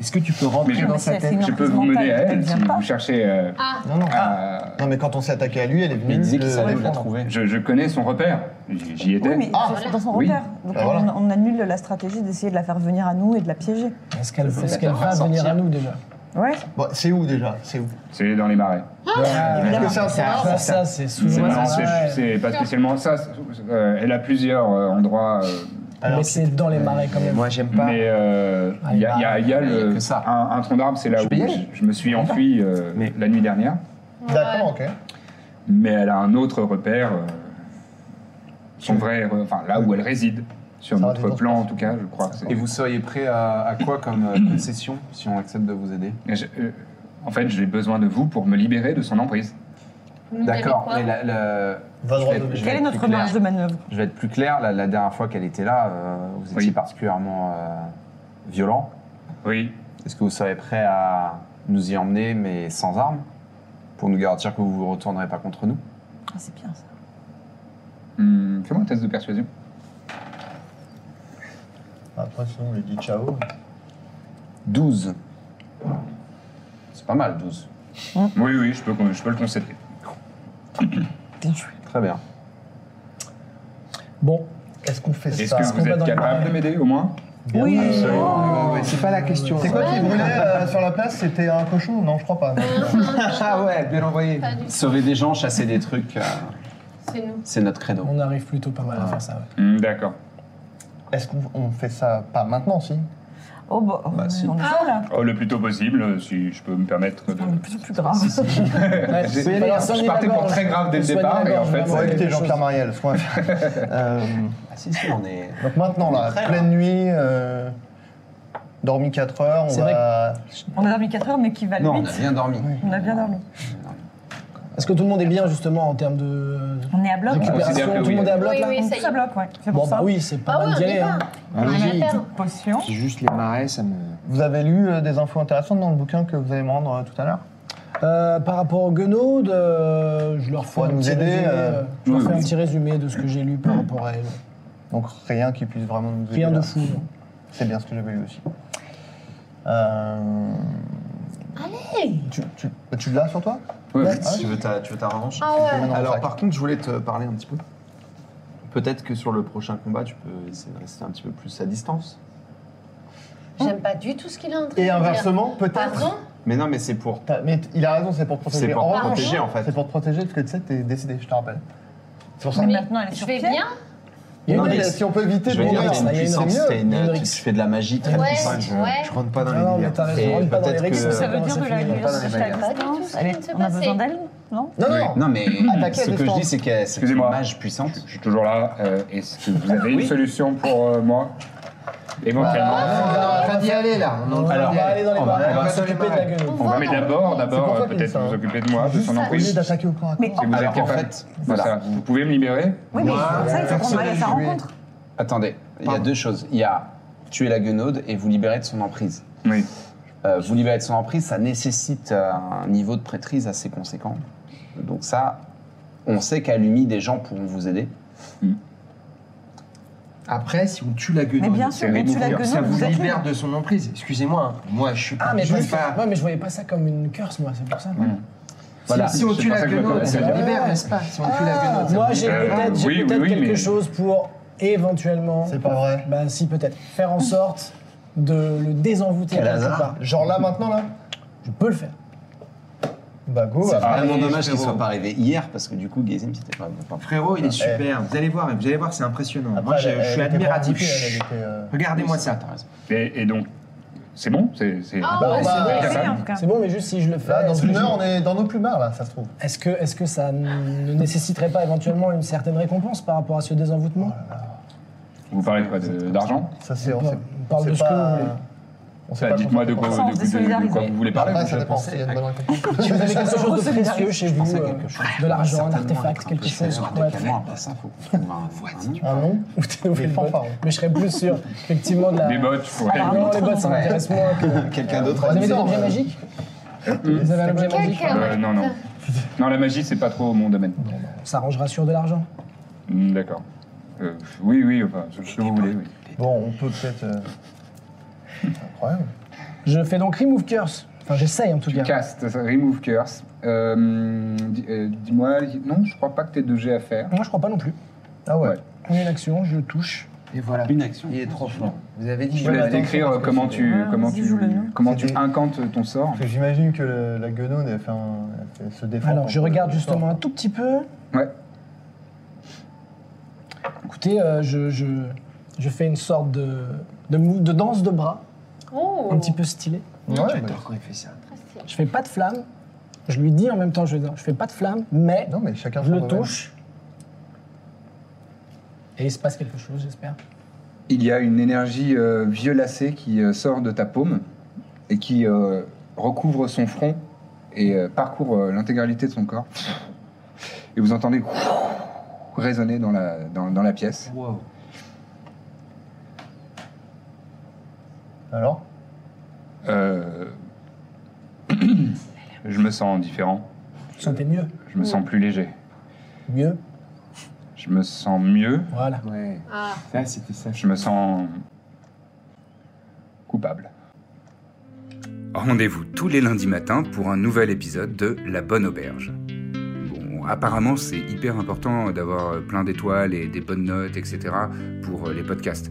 Speaker 7: Est-ce que tu peux
Speaker 1: Mais
Speaker 7: rentrer
Speaker 1: je-
Speaker 7: dans
Speaker 5: Mais
Speaker 7: sa
Speaker 5: c'est- c'est
Speaker 7: tête
Speaker 5: une
Speaker 1: Je peux
Speaker 5: emprise
Speaker 1: vous
Speaker 5: mentale,
Speaker 1: mener à
Speaker 5: elle
Speaker 1: elle si
Speaker 5: vient pas.
Speaker 1: vous cherchez euh,
Speaker 6: Ah,
Speaker 2: Non, non.
Speaker 1: à-
Speaker 2: Non, mais quand on s'est attaqué à lui, elle est venue.
Speaker 4: Mais il disait qu'il
Speaker 2: le
Speaker 4: savait où la
Speaker 2: défendre.
Speaker 4: trouver.
Speaker 1: Je, je connais son repère. J'y j'y étais.
Speaker 5: Oui, mais
Speaker 2: Ah,
Speaker 5: c'est dans son
Speaker 1: oui. Bah,
Speaker 5: repère. Donc
Speaker 2: Ah,
Speaker 5: on-
Speaker 2: voilà.
Speaker 5: on annule la stratégie d'essayer de la faire venir à nous et de la piéger.
Speaker 3: Est-ce qu'elle
Speaker 4: peut
Speaker 3: est-ce
Speaker 4: la faire
Speaker 3: qu'elle va venir
Speaker 4: sortir.
Speaker 3: à nous déjà
Speaker 5: Ouais.
Speaker 2: Bon, c'est où déjà C'est où
Speaker 1: C'est dans les marais.
Speaker 5: Ah,
Speaker 2: Est-ce que c'est
Speaker 3: Ça,
Speaker 2: un soir
Speaker 3: ça, c'est
Speaker 1: C'est
Speaker 3: souvent.
Speaker 1: marrant,
Speaker 3: ça, ouais.
Speaker 1: c'est- c'est pas spécialement ça. c'est- euh, elle a plusieurs euh, endroits. euh,
Speaker 3: Mais c'est dans les marais quand même.
Speaker 7: Moi j'aime pas.
Speaker 1: mais euh, il y a, il y a- il y a le-
Speaker 4: que ça.
Speaker 1: un, un tronc d'arbre, c'est là
Speaker 7: Je
Speaker 1: où
Speaker 7: peux y
Speaker 1: je,
Speaker 7: aller
Speaker 1: je me suis enfui euh,
Speaker 7: Mais-
Speaker 1: la nuit dernière.
Speaker 2: D'accord, ok.
Speaker 1: Mais elle a un autre repère. euh, son vrai. re- Enfin, là où elle réside. Sur
Speaker 2: Ça
Speaker 1: notre
Speaker 2: réside en
Speaker 1: plan,
Speaker 2: France.
Speaker 1: en tout cas, je crois. que c'est-
Speaker 4: Et vous seriez prêt à, à quoi comme euh, concession si on accepte de vous aider
Speaker 1: Mais je- euh, en fait, j'ai besoin de vous pour me libérer de son emprise.
Speaker 6: vous nous
Speaker 4: D'accord,
Speaker 6: avez
Speaker 4: mais
Speaker 6: quoi
Speaker 4: la- la-
Speaker 2: Va
Speaker 4: je
Speaker 2: droit
Speaker 4: vais
Speaker 2: au
Speaker 4: être-
Speaker 2: but.
Speaker 4: je vais
Speaker 5: Quelle est
Speaker 4: être
Speaker 5: notre
Speaker 4: plus clair.
Speaker 5: marge de manœuvre
Speaker 4: Je vais être plus clair, la, la dernière fois qu'elle était là, euh, vous étiez
Speaker 1: Oui.
Speaker 4: particulièrement euh, violent.
Speaker 1: Oui.
Speaker 4: Est-ce que vous serez prêt à nous y emmener, mais sans armes Pour nous garantir que vous ne vous retournerez pas contre nous
Speaker 5: Ah, c'est bien ça.
Speaker 1: Hmm, Fais-moi un test de persuasion.
Speaker 2: Après, sinon, on lui dit ciao.
Speaker 4: 12. C'est pas mal, 12.
Speaker 1: Oui, oui, je peux, je peux le concéder.
Speaker 5: Bien joué.
Speaker 4: Très bien.
Speaker 3: Bon,
Speaker 2: Est-ce qu'on fait
Speaker 1: Est-ce
Speaker 2: ça
Speaker 1: que vous
Speaker 3: va
Speaker 1: êtes
Speaker 3: dans le
Speaker 1: capable de m'aider au moins
Speaker 5: Oui. Oh.
Speaker 7: Absolument.
Speaker 6: Oh.
Speaker 7: Ouais, ouais, c'est pas la question.
Speaker 2: C'est quoi qui brûlait euh, sur la place C'était un cochon Non, je crois
Speaker 5: (laughs)
Speaker 2: pas.
Speaker 7: Ah ouais, bien envoyé.
Speaker 6: Pas du tout.
Speaker 4: Sauver des gens, chasser des trucs, euh,
Speaker 6: C'est nous.
Speaker 4: c'est notre credo. Mmh,
Speaker 3: on arrive plutôt pas mal à faire ça. ouais.
Speaker 1: Hmm, D'accord.
Speaker 2: Est-ce qu'on on fait ça pas maintenant, si
Speaker 5: Oh, bah, oh,
Speaker 2: Ah,
Speaker 4: Bah,
Speaker 5: ouais,
Speaker 4: si.
Speaker 5: on est
Speaker 6: Ah,
Speaker 1: (laughs)
Speaker 5: chaud, là.
Speaker 1: Oh, le plus tôt possible, euh, si je peux me permettre de.
Speaker 5: On est de plus en plus grave.
Speaker 3: Ouais,
Speaker 1: J'ai-
Speaker 3: faut y aller,
Speaker 1: alors,
Speaker 3: hein,
Speaker 1: je
Speaker 3: soignez
Speaker 1: partais
Speaker 3: la
Speaker 1: pour
Speaker 3: gorge.
Speaker 1: très grave dès le
Speaker 3: Soignez
Speaker 1: départ,
Speaker 3: la
Speaker 1: et en
Speaker 3: gorge,
Speaker 1: fait,
Speaker 3: vraiment, il
Speaker 2: Faut
Speaker 3: y a
Speaker 2: éviter
Speaker 3: quelque
Speaker 2: Jean-Pierre
Speaker 3: chose.
Speaker 2: Mariel, ce qu'on va faire. Euh,
Speaker 4: Ah, si, si, on est.
Speaker 2: donc maintenant, là, pleine nuit, euh, dormi 4 heures, on
Speaker 3: C'est vrai
Speaker 2: va.
Speaker 5: On a dormi 4 heures, mais qui valent
Speaker 4: Non, on a
Speaker 5: 8.
Speaker 4: bien dormi.
Speaker 5: On a bien dormi.
Speaker 3: Est-ce que tout le monde est bien justement en termes de
Speaker 5: On est à bloc.
Speaker 1: considère
Speaker 3: récupération
Speaker 1: que
Speaker 3: Tout
Speaker 1: oui.
Speaker 3: le monde est à bloc
Speaker 6: Oui,
Speaker 3: là
Speaker 6: oui,
Speaker 5: On
Speaker 6: ça
Speaker 5: est
Speaker 6: y
Speaker 5: tous à
Speaker 6: est.
Speaker 5: bloc, ouais. C'est pour
Speaker 3: Bon
Speaker 5: ça.
Speaker 3: bah oui, c'est pas
Speaker 6: Ah ouais,
Speaker 3: mal
Speaker 6: on
Speaker 3: d'y
Speaker 6: y
Speaker 3: aller.
Speaker 6: va.
Speaker 3: hein.
Speaker 6: Rien à perdre.
Speaker 5: Potion.
Speaker 7: C'est juste les marais, ça me.
Speaker 2: Vous avez lu euh, des infos intéressantes dans le bouquin que vous allez me rendre euh, tout à l'heure
Speaker 3: Euh, par rapport aux guenaudes, euh, je leur fais
Speaker 2: Pour
Speaker 3: un
Speaker 2: nous
Speaker 3: petit
Speaker 2: aider,
Speaker 3: résumé,
Speaker 2: euh,
Speaker 3: euh, je leur
Speaker 1: oui,
Speaker 3: fais un
Speaker 1: oui.
Speaker 3: petit résumé de ce que j'ai lu par rapport à elle.
Speaker 2: Donc rien qui puisse vraiment nous aider.
Speaker 3: Rien de
Speaker 2: là.
Speaker 3: fou. non.
Speaker 2: C'est bien ce que j'avais lu aussi. Euh,
Speaker 6: Allez
Speaker 2: tu tu, tu l'as sur toi
Speaker 1: Ouais.
Speaker 7: Tu veux ta, tu veux ta revanche
Speaker 6: Ah ouais.
Speaker 2: Non,
Speaker 7: Alors
Speaker 2: ça-
Speaker 7: par contre, je voulais te parler un petit peu. Peut-être que sur le prochain combat, tu peux essayer de rester un petit peu plus à distance.
Speaker 6: J'aime pas du tout ce qu'il est en train de
Speaker 2: Et
Speaker 6: dire.
Speaker 2: inversement, peut-être.
Speaker 6: Pardon
Speaker 7: Mais non, mais c'est pour.
Speaker 2: T'as- Mais t- il a raison, c'est pour te protéger.
Speaker 7: C'est pour
Speaker 2: En
Speaker 7: te
Speaker 2: revanche,
Speaker 7: protéger en fait.
Speaker 2: C'est pour te protéger parce que tu sais, t'es décédé, je te rappelle. C'est pour ça.
Speaker 5: Mais maintenant, elle est
Speaker 6: Je
Speaker 5: sur
Speaker 6: vais
Speaker 5: pied.
Speaker 6: bien
Speaker 3: Il y a
Speaker 7: Non,
Speaker 3: une
Speaker 7: mais
Speaker 3: liste.
Speaker 2: si on peut éviter
Speaker 7: Je
Speaker 2: de
Speaker 7: veux dire,
Speaker 2: mourir,
Speaker 7: t'as une
Speaker 3: ça y est, non.
Speaker 7: puissance, t'as une-
Speaker 3: Il y a une
Speaker 7: tu,
Speaker 3: rixe.
Speaker 7: fais de la magie très
Speaker 6: Ouais,
Speaker 7: puissante. Je,
Speaker 6: ouais.
Speaker 7: je rentre pas dans
Speaker 3: Non,
Speaker 7: les
Speaker 3: mais
Speaker 7: délires.
Speaker 3: t'as raison,
Speaker 7: Et
Speaker 3: on rentre pas dans les
Speaker 7: peut-être
Speaker 3: rixes,
Speaker 4: euh,
Speaker 7: que-
Speaker 5: Ça veut dire
Speaker 3: On
Speaker 5: de la
Speaker 3: va
Speaker 5: guerre
Speaker 7: pas dans les
Speaker 5: sur
Speaker 7: bagarres.
Speaker 5: ta
Speaker 6: Pas du tout ce
Speaker 5: distance.
Speaker 6: qui
Speaker 5: Allez,
Speaker 6: vient de se
Speaker 5: on a
Speaker 6: passer.
Speaker 5: besoin d'aller, non
Speaker 2: Non, non, non.
Speaker 4: hein. Non,
Speaker 5: (laughs)
Speaker 4: mais
Speaker 2: Attaquer à
Speaker 4: ce que je
Speaker 2: distance.
Speaker 4: dis, c'est que c'est une
Speaker 1: Excusez-moi.
Speaker 4: mage puissante.
Speaker 1: Je suis toujours là. euh, Est-ce que vous avez une solution pour euh, moi Éventuellement.
Speaker 7: Ah, On va d'y aller là.
Speaker 3: On va aller dans les
Speaker 7: on va-
Speaker 3: barres,
Speaker 7: on
Speaker 3: on
Speaker 7: va
Speaker 3: va
Speaker 7: sur les
Speaker 3: s'occuper de la
Speaker 7: marais.
Speaker 3: guenaude.
Speaker 6: On va
Speaker 1: mais
Speaker 6: dans-
Speaker 1: d'abord,
Speaker 2: C'est
Speaker 1: d'abord, euh,
Speaker 2: pour ça qu'il dit
Speaker 1: peut-être
Speaker 2: ça.
Speaker 1: vous occuper de moi, de
Speaker 2: Juste
Speaker 1: son
Speaker 2: ça, Au lieu
Speaker 1: emprise.
Speaker 2: d'attaquer au corps à corps.
Speaker 5: Mais
Speaker 1: Si vous
Speaker 5: en-
Speaker 1: êtes
Speaker 7: Alors, en
Speaker 1: capable
Speaker 7: fait,
Speaker 1: de
Speaker 7: voilà.
Speaker 1: ça, vous pouvez me libérer
Speaker 5: Oui, mais
Speaker 7: Moi,
Speaker 5: pour ça, il faut qu'on aille à sa
Speaker 7: personnellement, je vais-
Speaker 5: rencontre.
Speaker 4: Attendez, il y a
Speaker 7: Pardon.
Speaker 4: deux choses. Il y a tuer la guenaude et vous libérer de son emprise.
Speaker 1: Oui.
Speaker 4: Euh, vous libérer de son emprise, ça nécessite euh, un niveau de prêtrise assez conséquent. Donc ça, on sait qu'à l'UMI, des gens pourront vous aider.
Speaker 7: Après, si on tue la gueule,
Speaker 5: Mais bien sûr, on tue la gueule,
Speaker 7: ça vous
Speaker 5: vous êtes
Speaker 7: libère
Speaker 5: libre.
Speaker 7: de son emprise. Excusez-moi, hein. moi je suis
Speaker 3: Ah mais
Speaker 7: je
Speaker 3: pas
Speaker 7: suis
Speaker 3: ça.
Speaker 7: pas.
Speaker 3: Ouais, mais je voyais pas ça comme une curse moi, c'est pour ça.
Speaker 4: Voilà.
Speaker 7: Si, si on
Speaker 1: C'est
Speaker 7: tue
Speaker 1: pour
Speaker 7: la
Speaker 1: ça que je
Speaker 7: gueule,
Speaker 1: m'appelle
Speaker 7: ça
Speaker 3: Samuel.
Speaker 7: vous libère, n'est-ce pas Si on tue la gueule, ça
Speaker 3: Ah, Moi
Speaker 7: vous
Speaker 3: j'ai
Speaker 7: libère.
Speaker 3: peut-être j'ai
Speaker 1: oui,
Speaker 3: peut-être
Speaker 1: oui,
Speaker 3: quelque
Speaker 1: mais-
Speaker 3: chose pour éventuellement.
Speaker 2: C'est pas vrai.
Speaker 3: Bah si peut-être faire en sorte de le désenvoûter
Speaker 7: Quel
Speaker 3: quelque
Speaker 7: hasard.
Speaker 3: part.
Speaker 2: Genre là maintenant là
Speaker 3: Je peux le faire.
Speaker 2: Bah
Speaker 3: Oh,
Speaker 2: go.
Speaker 4: C'est
Speaker 2: bah,
Speaker 4: vraiment
Speaker 2: allez,
Speaker 4: dommage qu'il
Speaker 2: frérot.
Speaker 4: soit pas arrivé hier parce que du coup, Gazim, c'était pas bon.
Speaker 7: Frérot, il est super. Vous allez voir, vous allez voir, c'est impressionnant. Moi,
Speaker 2: Après,
Speaker 7: je,
Speaker 2: elle-
Speaker 7: je suis
Speaker 2: elle était pas
Speaker 7: admiratif.
Speaker 2: invitée, elle, elle
Speaker 7: Chut.
Speaker 2: était, euh,
Speaker 7: Regardez-moi ça.
Speaker 4: T'as raison.
Speaker 1: Et, et donc, c'est bon C'est. c'est-
Speaker 6: Ah,
Speaker 2: Bah,
Speaker 6: ouais,
Speaker 2: on
Speaker 6: c'est
Speaker 2: va-
Speaker 6: bon.
Speaker 5: Oui,
Speaker 1: ça va.
Speaker 5: en tout cas.
Speaker 3: C'est bon mais juste si je le fais.
Speaker 2: Là, dans
Speaker 3: est-ce que
Speaker 2: une
Speaker 3: je-
Speaker 2: heure, on est dans nos plumards là, ça se trouve.
Speaker 3: Est-ce que, est-ce que ça ne nécessiterait pas éventuellement une certaine récompense par rapport à ce désenvoûtement
Speaker 2: Oh
Speaker 1: Vous parlez de quoi de- D'argent
Speaker 2: Ça c'est. on
Speaker 3: Bon,
Speaker 2: sait-
Speaker 3: on parle
Speaker 2: on sait
Speaker 3: de ce que
Speaker 2: pas-
Speaker 3: vous voulez.
Speaker 2: On sait
Speaker 1: Bah,
Speaker 2: pas.
Speaker 1: Dites-moi de
Speaker 2: comment
Speaker 1: quoi,
Speaker 2: ça
Speaker 5: Sans
Speaker 1: de- de- de- de
Speaker 2: (laughs)
Speaker 1: quoi vous voulez
Speaker 2: se passe.
Speaker 1: parler. vous,
Speaker 2: Après, ça
Speaker 1: je
Speaker 2: dépend
Speaker 1: pense.
Speaker 2: s'il y a une
Speaker 1: (laughs)
Speaker 2: bonne récompense.
Speaker 7: Bah,
Speaker 3: Si vous avez quelque chose de précieux chez vous,
Speaker 4: Pensez à
Speaker 3: euh,
Speaker 4: quelque chose.
Speaker 3: de l'argent, un
Speaker 4: Certainement
Speaker 3: artefact,
Speaker 4: être
Speaker 3: quelque
Speaker 4: peu
Speaker 3: chose
Speaker 4: sûr
Speaker 3: pour
Speaker 4: avec
Speaker 3: être
Speaker 4: la merde, ça, faut qu'on trouve un- un nom.
Speaker 2: Un nom
Speaker 3: Ah ou tes nouvelles
Speaker 2: Des
Speaker 3: bottes.
Speaker 2: fanfarons.
Speaker 3: Mais je serais plus sûr, effectivement, de la.
Speaker 1: Des bottes, ouais.
Speaker 5: Alors,
Speaker 3: Non, les bottes, ça
Speaker 5: Ouais.
Speaker 3: m'intéresse moins que.
Speaker 7: Quelqu'un d'autre
Speaker 3: Euh, Vous avez des
Speaker 2: bizarre,
Speaker 3: objets
Speaker 2: ouais.
Speaker 3: magiques Vous avez un objet magique
Speaker 6: Quelqu'un.
Speaker 1: Hein Euh, non, non. Non, la magie, c'est pas trop mon domaine.
Speaker 3: Ça rangera sur de l'argent.
Speaker 1: Hmm, D'accord. Euh, oui, oui, enfin, ce ce que vous voulez, oui.
Speaker 2: Bon, on peut peut-être. euh, C'est incroyable.
Speaker 3: Je fais donc Remove Curse. Enfin, j'essaye en tout
Speaker 1: Tu
Speaker 3: cas.
Speaker 1: castes, ça, remove curse. Euh, di- euh, Dis-moi, non, je crois pas que t'aies de G à faire.
Speaker 3: Moi, je crois pas non plus.
Speaker 2: Ah ouais.
Speaker 1: Ouais.
Speaker 3: On a une action, je touche.
Speaker 7: Et voilà.
Speaker 4: Une action.
Speaker 7: Il est trop fort. Vous avez dit.
Speaker 1: Je
Speaker 2: Ouais,
Speaker 1: te laisse
Speaker 2: attention,
Speaker 1: décrire
Speaker 2: parce
Speaker 1: euh,
Speaker 2: que
Speaker 1: comment
Speaker 2: c'est-
Speaker 1: tu,
Speaker 5: Ouais,
Speaker 1: comment
Speaker 5: vas-y,
Speaker 1: tu,
Speaker 5: joue le nom.
Speaker 1: comment tu
Speaker 2: C'est des-
Speaker 1: incantes ton sort.
Speaker 2: Parce que j'imagine que le- la guenaude, elle, fait un- elle fait- se défend.
Speaker 3: Alors,
Speaker 2: contre
Speaker 3: je regarde
Speaker 2: le
Speaker 3: justement un
Speaker 2: sort.
Speaker 3: tout petit peu.
Speaker 1: Ouais.
Speaker 3: Écoutez, euh, je, je, je fais une sorte de, de, mou- de danse de bras,
Speaker 6: Oh.
Speaker 3: un petit peu stylé.
Speaker 2: Ouais, bah,
Speaker 7: J'adore quand il fait ça.
Speaker 3: Je fais pas de flamme. Je lui dis en même temps, je, je fais pas de flamme, mais
Speaker 2: non, mais chacun
Speaker 3: je
Speaker 2: son
Speaker 3: le
Speaker 2: domaine.
Speaker 3: touche. Et il se passe quelque chose, j'espère.
Speaker 1: Il y a une énergie euh, violacée qui euh, sort de ta paume et qui euh, recouvre son front et euh, parcourt euh, l'intégralité de son corps. Et vous entendez résonner dans la, dans, dans la pièce.
Speaker 7: Wow.
Speaker 2: Alors
Speaker 1: (clears throat)
Speaker 10: Euh, je me sens différent.
Speaker 3: Vous sentez mieux
Speaker 10: Je me sens plus léger.
Speaker 3: Mieux
Speaker 10: Je me sens mieux.
Speaker 3: Voilà.
Speaker 11: Ouais.
Speaker 12: Ah,
Speaker 11: Ça, c'était ça.
Speaker 10: Je me sens coupable.
Speaker 1: Rendez-vous tous les lundis matins pour un nouvel épisode de La Bonne Auberge. Bon, apparemment, c'est hyper important d'avoir plein d'étoiles et des bonnes notes, etc. pour les podcasts.